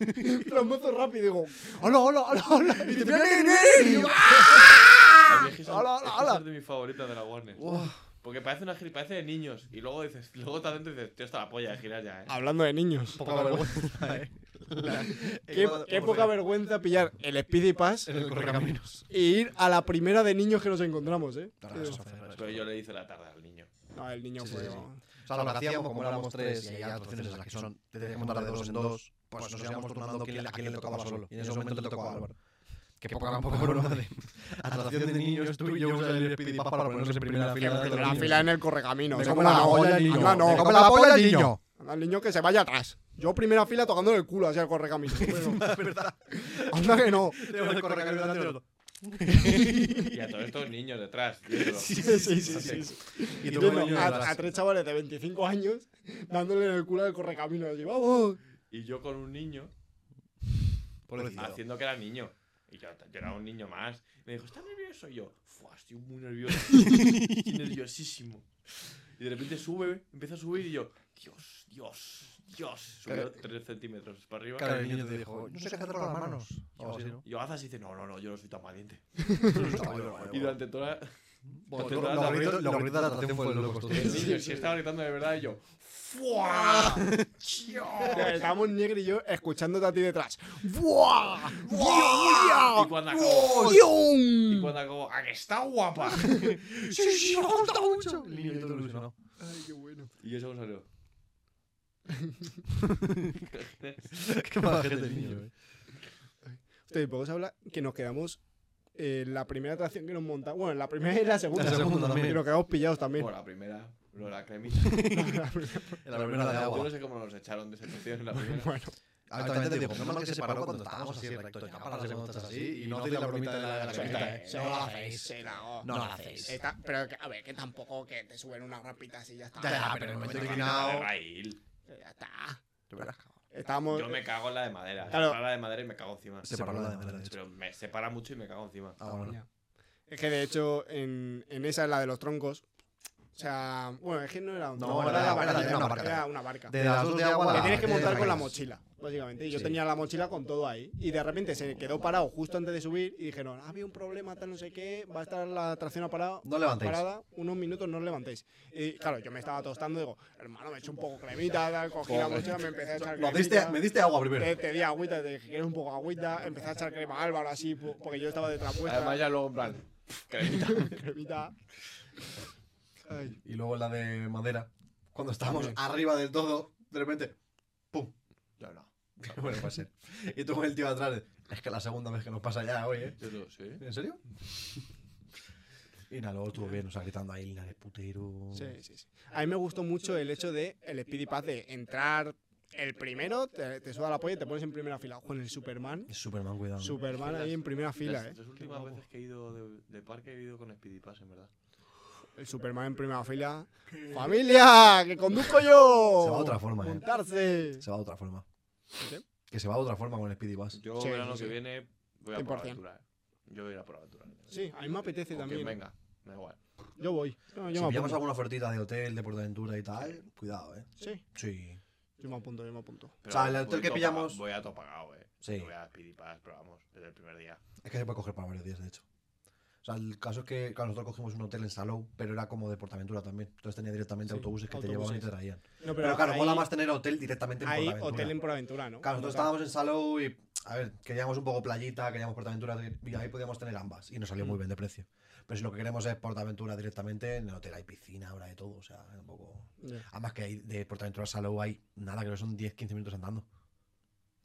Los mozos rápido y digo, hola, hola, hola, hola. Y te mira Negri, y yo, ¡ah!
La vieja es-
¡Hala,
es que
hala, hala!
esa es de mis favoritas de la Warner. Porque parece una gil, parece de niños. Y luego dices, luego te adentro y dices, tío, está la polla de girar ya, eh.
Hablando de niños.
Poca vergüenza, eh.
Qué, qué poca vergüenza pillar el Speedy Pass
En el correcaminos.
e ir a la primera de niños que nos encontramos, ¿eh?
Pero yo le hice la tarde al niño.
No, el niño
Sí,
fue...
sí, sí. O sea, lo que hacíamos, como éramos tres, y hay atracciones en las que son, te tenías que montar de dos en dos, pues nos íbamos turnando quién- a quién le tocaba solo. Y en ese momento le tocaba a Álvaro. que poco a poco por una de atracción de niños tú y yo usar el Speedy Paz para ponernos en primera fila. delante de
la
los
fila en
niños.
el correcamino.
Me
se
como
come
la olla
olla,
el niño.
anda, no,
Me
come
como
la polla el
niño.
niño. Anda, el niño que se vaya atrás. Yo primera fila tocándole el culo así al correcamino. Bueno,
¿Verdad?
anda que no.
Tengo el correcamino delante de los dos.
Y a todos estos niños detrás. viéndolo.
Sí,
Sí, sí, sí, sí, sí.
Y
Y
tú
yo
con el niño
a,
detrás.
a tres chavales de 25 años dándole en el culo al correcamino. Así, vamos.
Y yo con un niño,
Pobrecito.
haciendo que era niño. Y yo, yo era un niño más. Y me dijo, ¿estás nervioso? Y yo, "Fua, estoy muy nervioso. estoy nerviosísimo. Y de repente sube, empieza a subir y yo, Dios, Dios, Dios. Subió 3 centímetros para arriba.
Claro, el niño te dijo, no sé qué hacer con las manos. O algo así, ¿no?
Y yo, Azas dice, no, no, no, yo no soy tan valiente.
Vale, vale,
Y
vale.
durante toda la...
Los
durante toda la tarde,
gritos- Los gritos de la atracción fueron locos.
el
tío.
niño sí estaba gritando de verdad y yo, ¡Fua!
Estábamos negro y yo escuchándote a ti detrás. ¡Buah! ¡Buah!
Y cuando acabó, y
¡Dios!
cuando acabó, ¡ah, que está guapa!
El niño todo ilusionado.
Ay, qué bueno.
Y eso me salió.
Qué mala gente el niño, eh.
Ustedes, podemos hablar que nos quedamos eh, la primera atracción que nos montamos. Bueno, la primera y la segunda.
La segunda también.
Que nos quedamos pillados también.
Bueno, la primera, lo de la cremita.
La primera de
Yo
agua.
no sé cómo nos echaron de esa sección en la primera.
Bueno,
Actualmente digo, menos mal que se paró cuando estábamos así rectos. Ya para las preguntas así y no hacéis la bromita de la de la cremita, eh.
se la hacéis, se la hago.
No la hacéis.
Está- pero que- a ver, que tampoco que te suben una rampita así ya está.
Ya, ya, pero en el momento
ya
que
está.
no.
De raíl.
Ya está.
Te verás, cabrón.
Estábamos.
Yo me cago en la de madera.
Claro.
Se para la de madera y me cago encima.
Se paró la de madera, de hecho.
Pero me separa mucho y me cago encima.
Ah, bueno.
Ya. Es que de hecho, en, en esa, en la de los troncos. O sea, bueno, es que no era un
No,
tronco,
era la barca, era una barca.
Era una barca.
De las dos de agua.
Te
la-
tienes que
de
montar con la
raíz.
mochila, básicamente. Y yo
Sí.
tenía la mochila con todo ahí. Y de repente se quedó parado justo antes de subir y dijeron, ha habido un problema, tal, no sé qué, va a estar la atracción parada.
No levantéis.
Parada, unos minutos no os levantéis. Y claro, yo me estaba tostando, digo, hermano, me he hecho un poco cremita, tal, cogí la
Joder.
mochila, me empecé a echar
Lo diste-
cremita.
Me diste agua primero.
Te, te di agüita, te dije, ¿quieres un poco de agüita? Empecé a echar crema a Álvaro así, po- porque yo estaba detrás vuestra.
Además, ya luego en plan, cremita.
cremita. Ay,
Y luego la de madera. Cuando estábamos arriba del todo, de repente, ¡pum! No, no. Bueno, puede ser. Y tú con el tío atrás, de, es que la segunda vez que nos pasa ya hoy, ¿eh?
Yo digo, sí.
¿En serio? Y nada, luego estuvo bien, o sea, gritando ahí, la de putero.
sí, sí, sí. A mí me gustó mucho el hecho de el Speedy Pass de entrar el primero, te, te suda la polla y te pones en primera fila. Con el Superman.
Es Superman, cuidado.
Superman ahí en primera
Las
fila, eh.
tres últimas veces que he ido de, de parque he ido con Speedy Pass, en verdad.
El Superman en primera fila. ¡Familia! ¡Que conduzco yo!
Se va de otra forma, ¿eh?
¡Montarse!
Se va de otra forma.
¿Qué?
Que se va de otra forma con el Speedy Bus.
Yo,
Sí,
verano
sí, sí.
que viene, voy a por
100%.
aventura. eh. Yo voy a ir a por aventura.
Sí, a mí me apetece
Con
también.
quien venga, me da igual.
Yo voy. No, yo
si
me
pillamos
apunto.
alguna ofertita de hotel, de Portaventura y tal, cuidado, ¿eh?
Sí,
Sí.
yo me apunto, yo me apunto.
Pero
O sea, el
voy
hotel que
todo
pillamos-
pagado- Voy a todo pagado, eh.
Sí.
Yo Voy a Speedy Pass, pero vamos, desde el primer día.
Es que se puede coger para varios días, de hecho. O sea, el caso es que claro, nosotros cogimos un hotel en Salou, pero era como de Portaventura también. Entonces tenía directamente
Sí,
autobuses que te llevaban y te traían.
No,
Pero, claro,
ahí-
mola más tener hotel directamente en
Hay
Portaventura.
hotel en Proventura, ¿no?
Claro, nosotros
Total.
estábamos en Salou y, a ver, queríamos un poco playita, queríamos Portaventura y ahí podíamos tener ambas. Y nos salió
Mm.
muy bien de precio. Pero si lo que queremos es Portaventura directamente, en el hotel hay piscina, ahora de todo. O sea, es un poco...
Ya.
Además que hay de Portaventura a Salou hay nada, creo que son 10-15 minutos andando.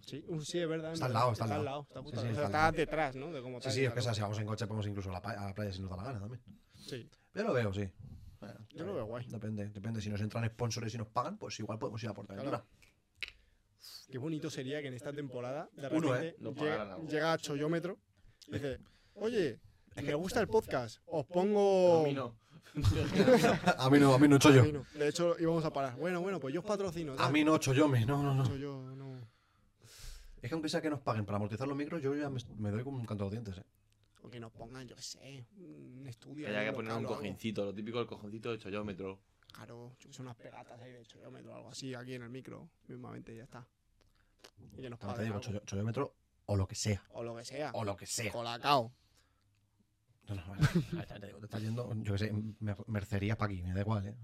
Sí, uh, sí, es verdad.
Está al
es
lado,
verdad.
está al lado.
Está, justo
Sí, sí,
al lado. O sea,
está al
está
lado.
detrás, ¿no? De cómo
Sí,
tal,
sí, es que
claro.
si vamos en coche podemos incluso a la, pa- a la playa si nos da la gana también.
Sí,
Yo lo veo, sí.
yo lo veo guay.
Depende, depende. Si nos entran sponsors y nos pagan, pues igual podemos ir a Portaventura.
Qué bonito sería que en esta temporada de
Uno,
repente
¿eh?
No pagaran
llega,
algo.
llega a Choyómetro y dice, oye, me gusta el podcast, os
A
pongo...
mí no.
a mí no, a mí no echo yo.
A mí no. De hecho, íbamos a parar. Bueno, bueno, pues yo os patrocino.
A
tal.
mí no echo yo, me. No, no, no.
Choyo, no.
Es que aunque sea que nos paguen para amortizar los micros, yo ya me, me doy con un canto de los dientes, eh.
O que nos pongan, yo qué sé, un estudio.
Que haya que
algo
poner
local
un
o algo.
cojincito, lo típico del cojincito de choyómetro.
Claro, yo que sé, unas pegatas ahí de Choyómetro o algo así, aquí en el micro, mismamente, y ya está. Y que nos
También te
paguen
digo,
algo.
echo yo, echo yo metro o lo que sea.
O lo que sea.
O lo que sea.
Colacao.
No, no, vale. Vale, ya te digo, te está yendo, yo qué sé, mer- mercerías para aquí, me da igual, eh.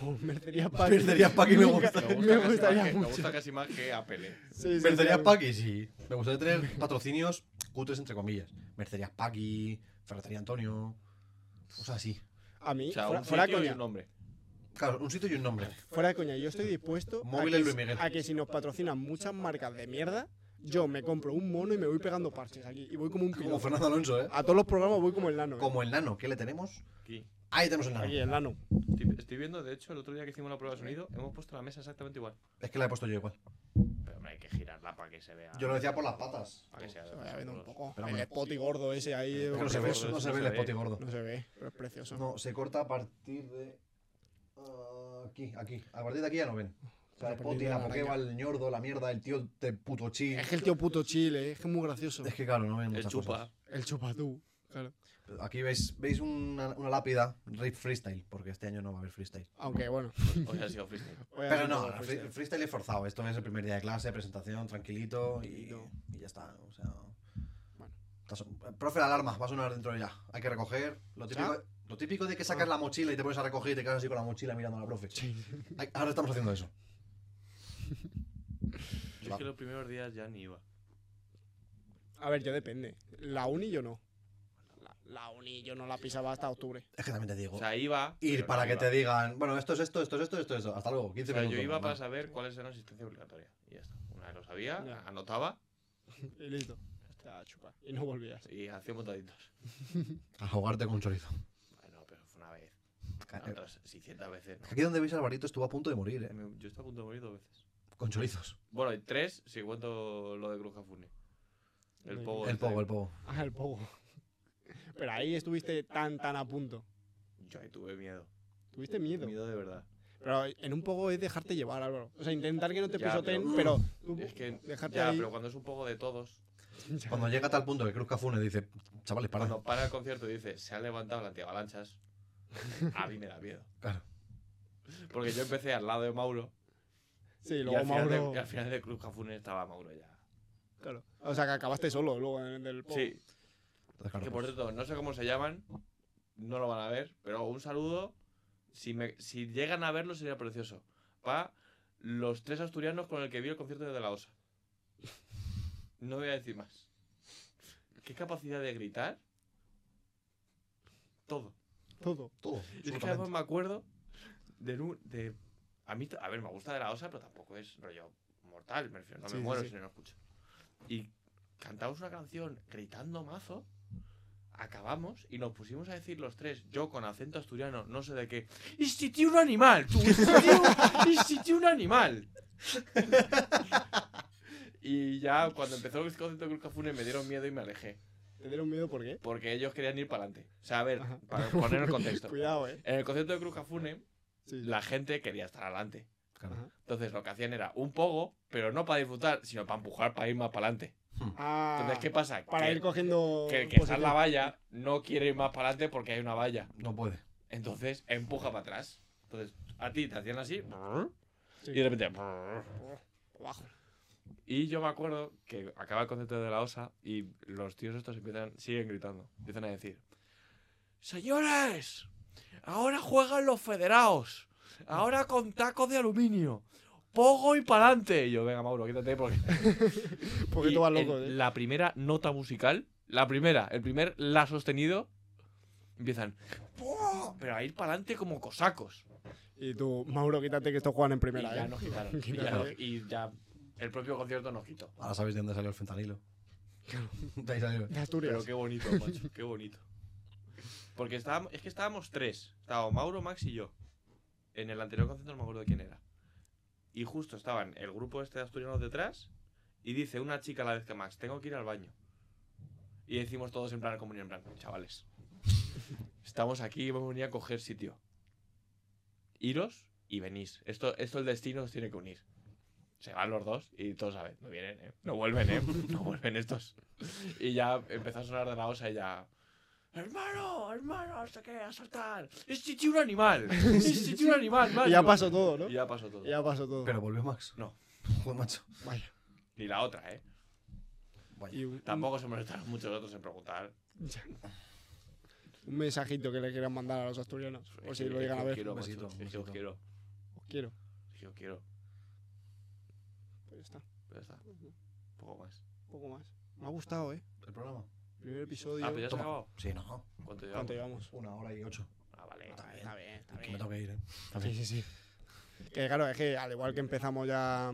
Mercerías Paqui.
Mercerías pa' aquí me gusta.
Me, gusta
Me gustaría
casi más que- me
mucho.
gusta casi más que Apple. eh.
Sí, sí,
Mercerías
sí.
Paqui, sí. Me gustaría tener patrocinios cutres, entre comillas. Mercerías Paqui, Ferretería Antonio. O sea, sí.
A mí,
O sea,
fuera,
un
fuera
sitio y
coña.
un nombre.
Claro, un sitio y un nombre.
Fuera de coña, yo estoy dispuesto a
Móviles
que,
Luis Miguel.
a que si nos patrocinan muchas marcas de mierda, yo me compro un mono y me voy pegando parches aquí. Y voy como un
Como
piloto.
Fernando Alonso, ¿eh?
A todos los programas voy como el nano. ¿eh?
Como el nano, ¿qué le tenemos?
Aquí.
Ahí tenemos el
Aquí,
nano.
el nano.
Estoy, estoy viendo, de hecho, el otro día que hicimos la prueba de sonido, hemos puesto la mesa exactamente igual.
Es que la he puesto yo igual.
Pero hombre, hay que girarla para que se vea.
Yo lo decía por las patas.
Para que sea
Se vaya viendo un poco.
Pero
el
bueno.
spotty gordo ese ahí.
Es que
horrible.
no se ve, no se ve el spotty gordo.
No se ve, pero es precioso.
No, se corta a partir de. ah, aquí, aquí. A partir de aquí ya no ven. O sea,
A
el
partir
poti,
de
la
la
pokeba, el ñordo, la mierda, el tío de puto chi.
Es que el tío puto chile, es que es muy gracioso.
Es que claro, no ven
El
muchas
chupa.
El chupatú. Claro.
cosas. Aquí veis, veis una, una lápida, Rip Freestyle, porque este año no va a haber freestyle.
Aunque bueno.
O sea, ha sido freestyle.
voy a
Pero
hacer
no,
todo pues, eh. el
el free- el
freestyle.
freestyle es forzado. Esto es el primer día de clase, presentación, tranquilito y,
Tranquilito.
y ya está. O sea.
Bueno.
Está so- Profe, la alarma, va a sonar dentro de ya. Hay que recoger. Lo típico, lo típico de que sacas la mochila y te pones a recoger y te quedas así con la mochila mirando a la profe. Ay, Ahora estamos haciendo eso.
Yo es que los primeros días ya ni iba.
A ver, yo depende. La uni yo no. La, la uni yo no la pisaba hasta octubre.
Es que también te digo.
O sea, iba.
ir
pero
Oh. para
no
que
iba.
te digan, bueno, esto es esto, esto es esto, esto es esto. Hasta luego, 15
O sea,
minutos.
yo iba
normal.
para saber cuáles eran asistencia obligatoria. Y ya está. Una vez lo sabía,
Ya.
anotaba
Y listo. Está chupa. Y no volvías.
y hacía montaditos.
A jugarte con chorizo.
Bueno, pero fue una vez.
Claro.
Otras 600 veces. ¿no?
Aquí donde veis a Alvarito estuvo a punto de morir, ¿eh?
Me- Yo estaba a punto de morir dos veces.
Con chorizos.
Bueno, y tres si cuento lo de Crujafune. El
Muy
pogo.
El
este.
pogo, el pogo.
Ah, el pogo. Pero ahí estuviste tan, tan a punto.
Yo ahí tuve miedo.
Tuviste miedo.
Miedo de verdad.
Pero en un poco es dejarte llevar, Álvaro. O sea, intentar que no te
Ya,
pisoteen, pero,
pero-
tú
Es que.
dejarte
ya,
ahí.
pero cuando es un poco de todos.
Ya.
Cuando llega a tal punto que Cruz Cafune dice, chavales, parad.
Cuando para el concierto y dice, se han levantado las antiavalanchas. A mí me da miedo.
Claro.
Porque yo empecé al lado de Mauro.
Sí,
Y,
luego
al, final de-
Mauro.
y al final del Club Jafune estaba Mauro ya.
Claro. O sea, que acabaste solo luego en el pogo.
Sí,
Entonces, claro,
que por
pues,
cierto, no sé cómo se llaman. No lo van a ver, pero un saludo. Si, me, si llegan a verlo sería precioso. Pa los tres asturianos con el que vi el concierto de la OSA. No voy a decir más. ¿Qué capacidad de gritar? Todo.
Todo.
Yo
todo,
es que además
absolutamente.
me acuerdo de, nu- de- a mí, t- a ver, me gusta de la osa, pero tampoco es rollo mortal, me refiero, no
Sí,
me
sí,
muero
sí.
si no lo escucho. Y cantamos una canción gritando mazo, acabamos y nos pusimos a decir los tres, yo con acento asturiano, no sé de qué, ¡Y si tío un animal! tú! ¡Y si tío- y si tío un animal! y ya cuando empezó el concierto de Cruzcafune me dieron miedo y me alejé,
¿Te dieron miedo por qué?
porque ellos querían ir para adelante. O sea, a ver,
Ajá.
para poner el contexto.
Cuidado, eh.
En el concierto de Cruzcafune,
Sí.
la gente quería estar adelante.
Claro.
Ajá.
Entonces lo que hacían era un pogo, pero no para disfrutar, sino para empujar para ir más para adelante.
Ah,
Entonces, ¿qué pasa?
para
que,
ir cogiendo.
que el que está
posición.
en la valla no quiere ir más para adelante porque hay una valla.
No puede.
Entonces empuja para atrás. Entonces, a ti te hacían así
Sí.
y de repente.
Abajo.
Y yo me acuerdo que acaba el concierto de la osa y los tíos estos empiezan, siguen gritando. Empiezan a decir: ¡Señores! Ahora juegan los federados. Ahora con tacos de aluminio. Pogo y pa'lante. Y yo, venga, Mauro, quítate porque.
Porque
Y
tú vas
en
loco, eh.
La primera nota musical, la primera, el primer la sostenido, empiezan. "Pogo", Pero a ir para adelante como cosacos.
Y tú, Mauro, quítate que estos juegan en primera,
y ya
eh.
nos quitaron. y, ya
Quítate.
nos- y ya el propio concierto nos quitó.
Ahora sabéis de dónde salió el fentanilo. De ahí salió.
De Asturias.
Pero qué bonito, macho, qué bonito. Porque estábamos, es que estábamos tres. Estábamos Mauro, Max y yo. En el anterior concierto no me acuerdo de quién era. Y justo estaban el grupo este de asturianos detrás. Y dice una chica a la vez que Max, tengo que ir al baño. Y decimos todos en plan comunión, en plan, chavales. Estamos aquí y hemos venido a coger sitio. Iros y venís. Esto, esto el destino os tiene que unir. Se van los dos y todos saben, no vienen, ¿eh? No vuelven, ¿eh? No vuelven estos. Y ya empezó a sonar de la osa y ya. Hermano, hermano, hasta que a saltar. Es chichi un animal. Es chichi un animal, macho".
Y ya pasó todo, ¿no?
Y ya pasó todo.
Y ya pasó todo.
Pero volvió Max.
No.
Joder, macho.
Vaya.
Y la otra, ¿eh?
Vaya.
Y un,
Tampoco se molestaron muchos otros en preguntar.
un mensajito que le quieran mandar a los asturianos. Por si
Es
Pues lo
que- es que
llegan a
os
ver.
Quiero,
Un
macho,
besito,
es
un
que os
besito.
quiero.
Os quiero.
es que os quiero.
Pues ya está.
Pero ya está. Un poco más.
Un poco más. Me ha gustado, eh.
¿El programa?
Primer episodio.
Ah, pues pero ya se ha
Toma.
acabado.
Sí, no.
¿Cuánto llevamos?
¿Cuánto llevamos?
Una hora y ocho.
Ah, vale.
Está bien.
bien, está
Que me tengo que ir, ¿eh?
Sí, sí, sí. Que claro, es que al igual que empezamos ya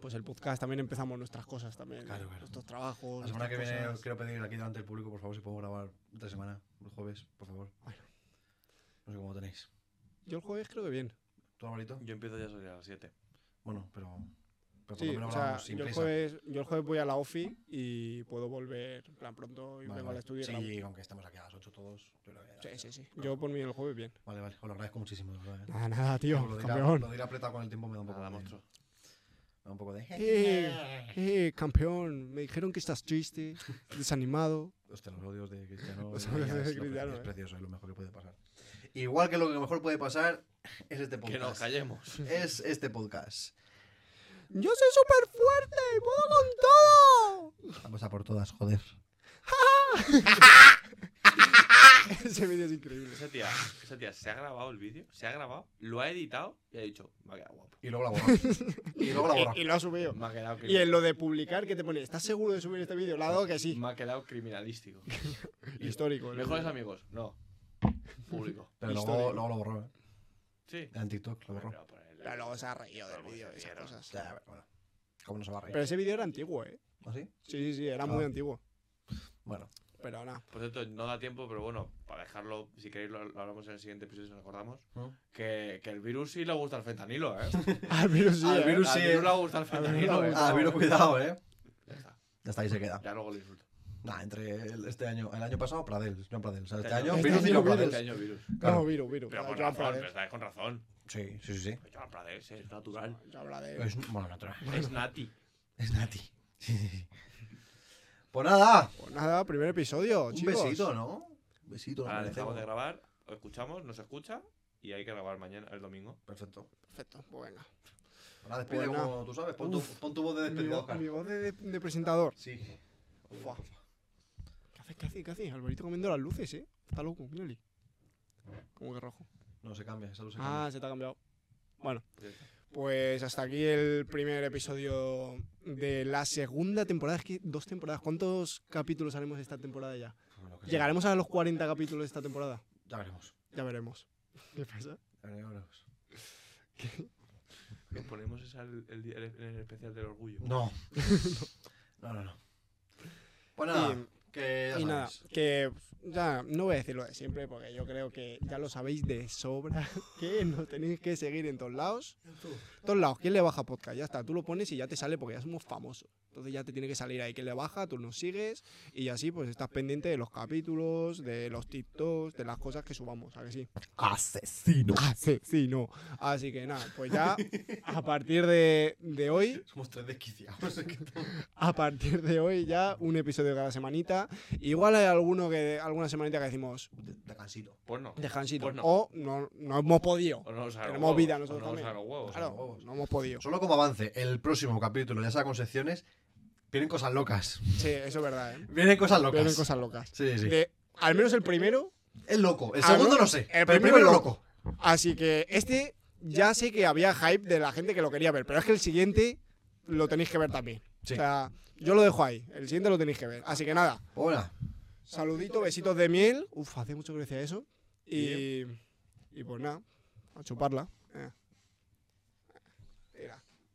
pues el podcast también empezamos nuestras cosas también.
Claro, claro.
Nuestros trabajos.
La semana que
nuestras
viene os
cosas.
quiero pedir aquí delante del público, por favor, si puedo grabar otra semana, el jueves, por favor.
Bueno.
No sé cómo lo tenéis.
Yo el jueves creo que bien.
¿Tú, Alvarito?
Yo empiezo ya a salir a las 7.
Bueno, pero. Pero por
Sí,
lo menos
o sea,
hablamos sin
yo el,
prisa.
jueves, yo el jueves voy a la OFI y puedo volver en plan pronto y vengo
Vale,
al
vale.
estudio. y grabo.
Sí, aunque estemos aquí a las 8 todos. yo creo que-
sí, sí, sí. Yo por mí el jueves bien.
Vale, vale. Os lo agradezco muchísimo, de verdad. ¿eh?
Nada, nada, tío.
lo, de ir, a-
Campeón.
lo de ir apretado con el tiempo me da un poco
Nada,
de-
monstruo.
me da un poco de.
Eh, eh, campeón, me dijeron que estás triste, desanimado.
Hostia, los odios de Cristiano.
Los
es-
odios de
es lo-
Cristiano,
Es
¿eh?
precioso, es lo mejor que puede pasar. Igual que lo que mejor puede pasar es este podcast.
Que nos callemos.
Es este podcast.
Yo soy súper fuerte, puedo con
Vamos a por todas, joder.
todo. Ese vídeo es increíble.
Esa tía, esa tía se ha grabado el vídeo, se ha grabado, lo ha editado y ha dicho, me ha quedado guapo.
Y luego la borramos. y luego la borramos.
Y, y lo ha subido.
Me ha quedado, cri-
Y en lo de publicar, que te pone? ¿Estás seguro de subir este vídeo? Le ha dado que sí.
me ha quedado criminalístico.
Histórico. ¿no?
Mejores amigos, no. Público.
Pero luego,
Histórico.
luego lo borró, ¿eh?
Sí.
En TikTok lo borró.
Pero por el-
Pero luego se ha reído del
Vamos,
vídeo,
se
esas
vieron.
cosas.
Ya, a ver, bueno. ¿Cómo no se va a reír?
Pero ese vídeo era antiguo, ¿eh?
¿Ah, sí?
Sí, sí, sí, era
Ah.
muy antiguo.
Bueno,
Pero nada.
Por cierto, no da tiempo, pero bueno, para dejarlo, si queréis lo, lo hablamos en el siguiente episodio si nos acordamos,
¿no?
que, que el virus sí le gusta el fentanilo, ¿eh?
Al virus sí.
Al
¿eh?
virus
Al
sí,
virus
eh.
le gusta el fentanilo, ¿eh?
Ah, vino cuidado, ¿eh?
Ya está.
Ya está, ahí se queda.
Ya luego lo insulto.
Nah, entre el- este año, el año pasado, Pradel, Joan Pradel. O sea, este
Este año
año, Virus y
Virus.
Joan
Este
Pradel.
año virus.
claro.
No, virus, virus.
Pero con
Joan
razón,
Pradel.
pero estáis con razón.
Sí, sí, sí. sí.
Joan Pradel, sí, es natural.
Joan Pradel.
Es, bueno, natural.
Es nati.
Es Nati. Sí, sí, sí. Pues nada,
Pues nada, primer episodio,
un
chicos.
besito, ¿no? Un besito, lo
Ahora Ah, dejamos de
merecemos.
grabar, o escuchamos, nos escucha y hay que grabar mañana, el domingo.
Perfecto.
Perfecto, pues venga.
Ahora despide
Pues nada.
como tú sabes. Pon tu,
Uf.
pon tu voz de
Mi,
despedida,
vo-
Oscar.
mi voz de, de- de presentador.
Sí.
Buah. ¿Qué haces, qué haces, qué haces? Alvarito comiendo las luces, ¿eh? Está loco, mírale. Como que rojo.
No se cambia, esa luz se
Ah,
cambia.
se te ha cambiado. Bueno,
Ya está.
pues hasta aquí el primer episodio de la segunda temporada. Es que dos temporadas. ¿Cuántos capítulos haremos esta temporada ya?
Pues lo que sea.
¿Llegaremos a los 40 capítulos de esta temporada?
Ya veremos.
Ya veremos. ¿Qué pasa?
Ya veremos.
Nos ponemos esa el, el día- el- en el especial del orgullo.
No. no, no, no. Pues nada,
Y-
que ya
Y nada,
sabes.
que ya no voy a decir lo de siempre porque yo creo que ya lo sabéis de sobra que nos tenéis que seguir en todos lados. Todos lados, ¿quién le baja podcast? Ya está, tú lo pones y ya te sale porque ya somos famosos. Entonces ya te tiene que salir ahí que le baja, tú nos sigues y así pues estás pendiente de los capítulos, de los TikToks, de las cosas que subamos, ¿a que sí? Asesino. Asesino. Así que nada, pues ya a partir de, de hoy
Somos tres desquiciados. es que estamos-
a partir de hoy ya un episodio cada semanita. Igual hay alguno que alguna semanita que decimos
de, de cansito.
Pues no.
descansito
Pues no.
o no, no hemos podido.
O no nos haga los
Tenemos
huevos,
vida
o
nosotros
no nos
también.
haga los huevos.
Claro.
Claro, no hemos podido.
Solo como avance, el próximo capítulo, ya sea con secciones, vienen cosas locas.
Sí, eso es verdad. ¿eh?
Vienen cosas locas.
Vienen cosas locas.
Sí, sí.
De- al menos el primero.
Es loco. El
Ah,
segundo
bueno,
no sé.
el
pero El
primero
primero
es
loco.
Así que este ya sé que había hype de la gente que lo quería ver, pero es que el siguiente lo tenéis que ver también.
Sí.
O sea, yo lo dejo ahí. El siguiente lo tenéis que ver. Así que nada,
Hola.
saludito, besitos de miel. Uf, hace mucho que no decía eso. Y, y pues nada, a chuparla. Eh.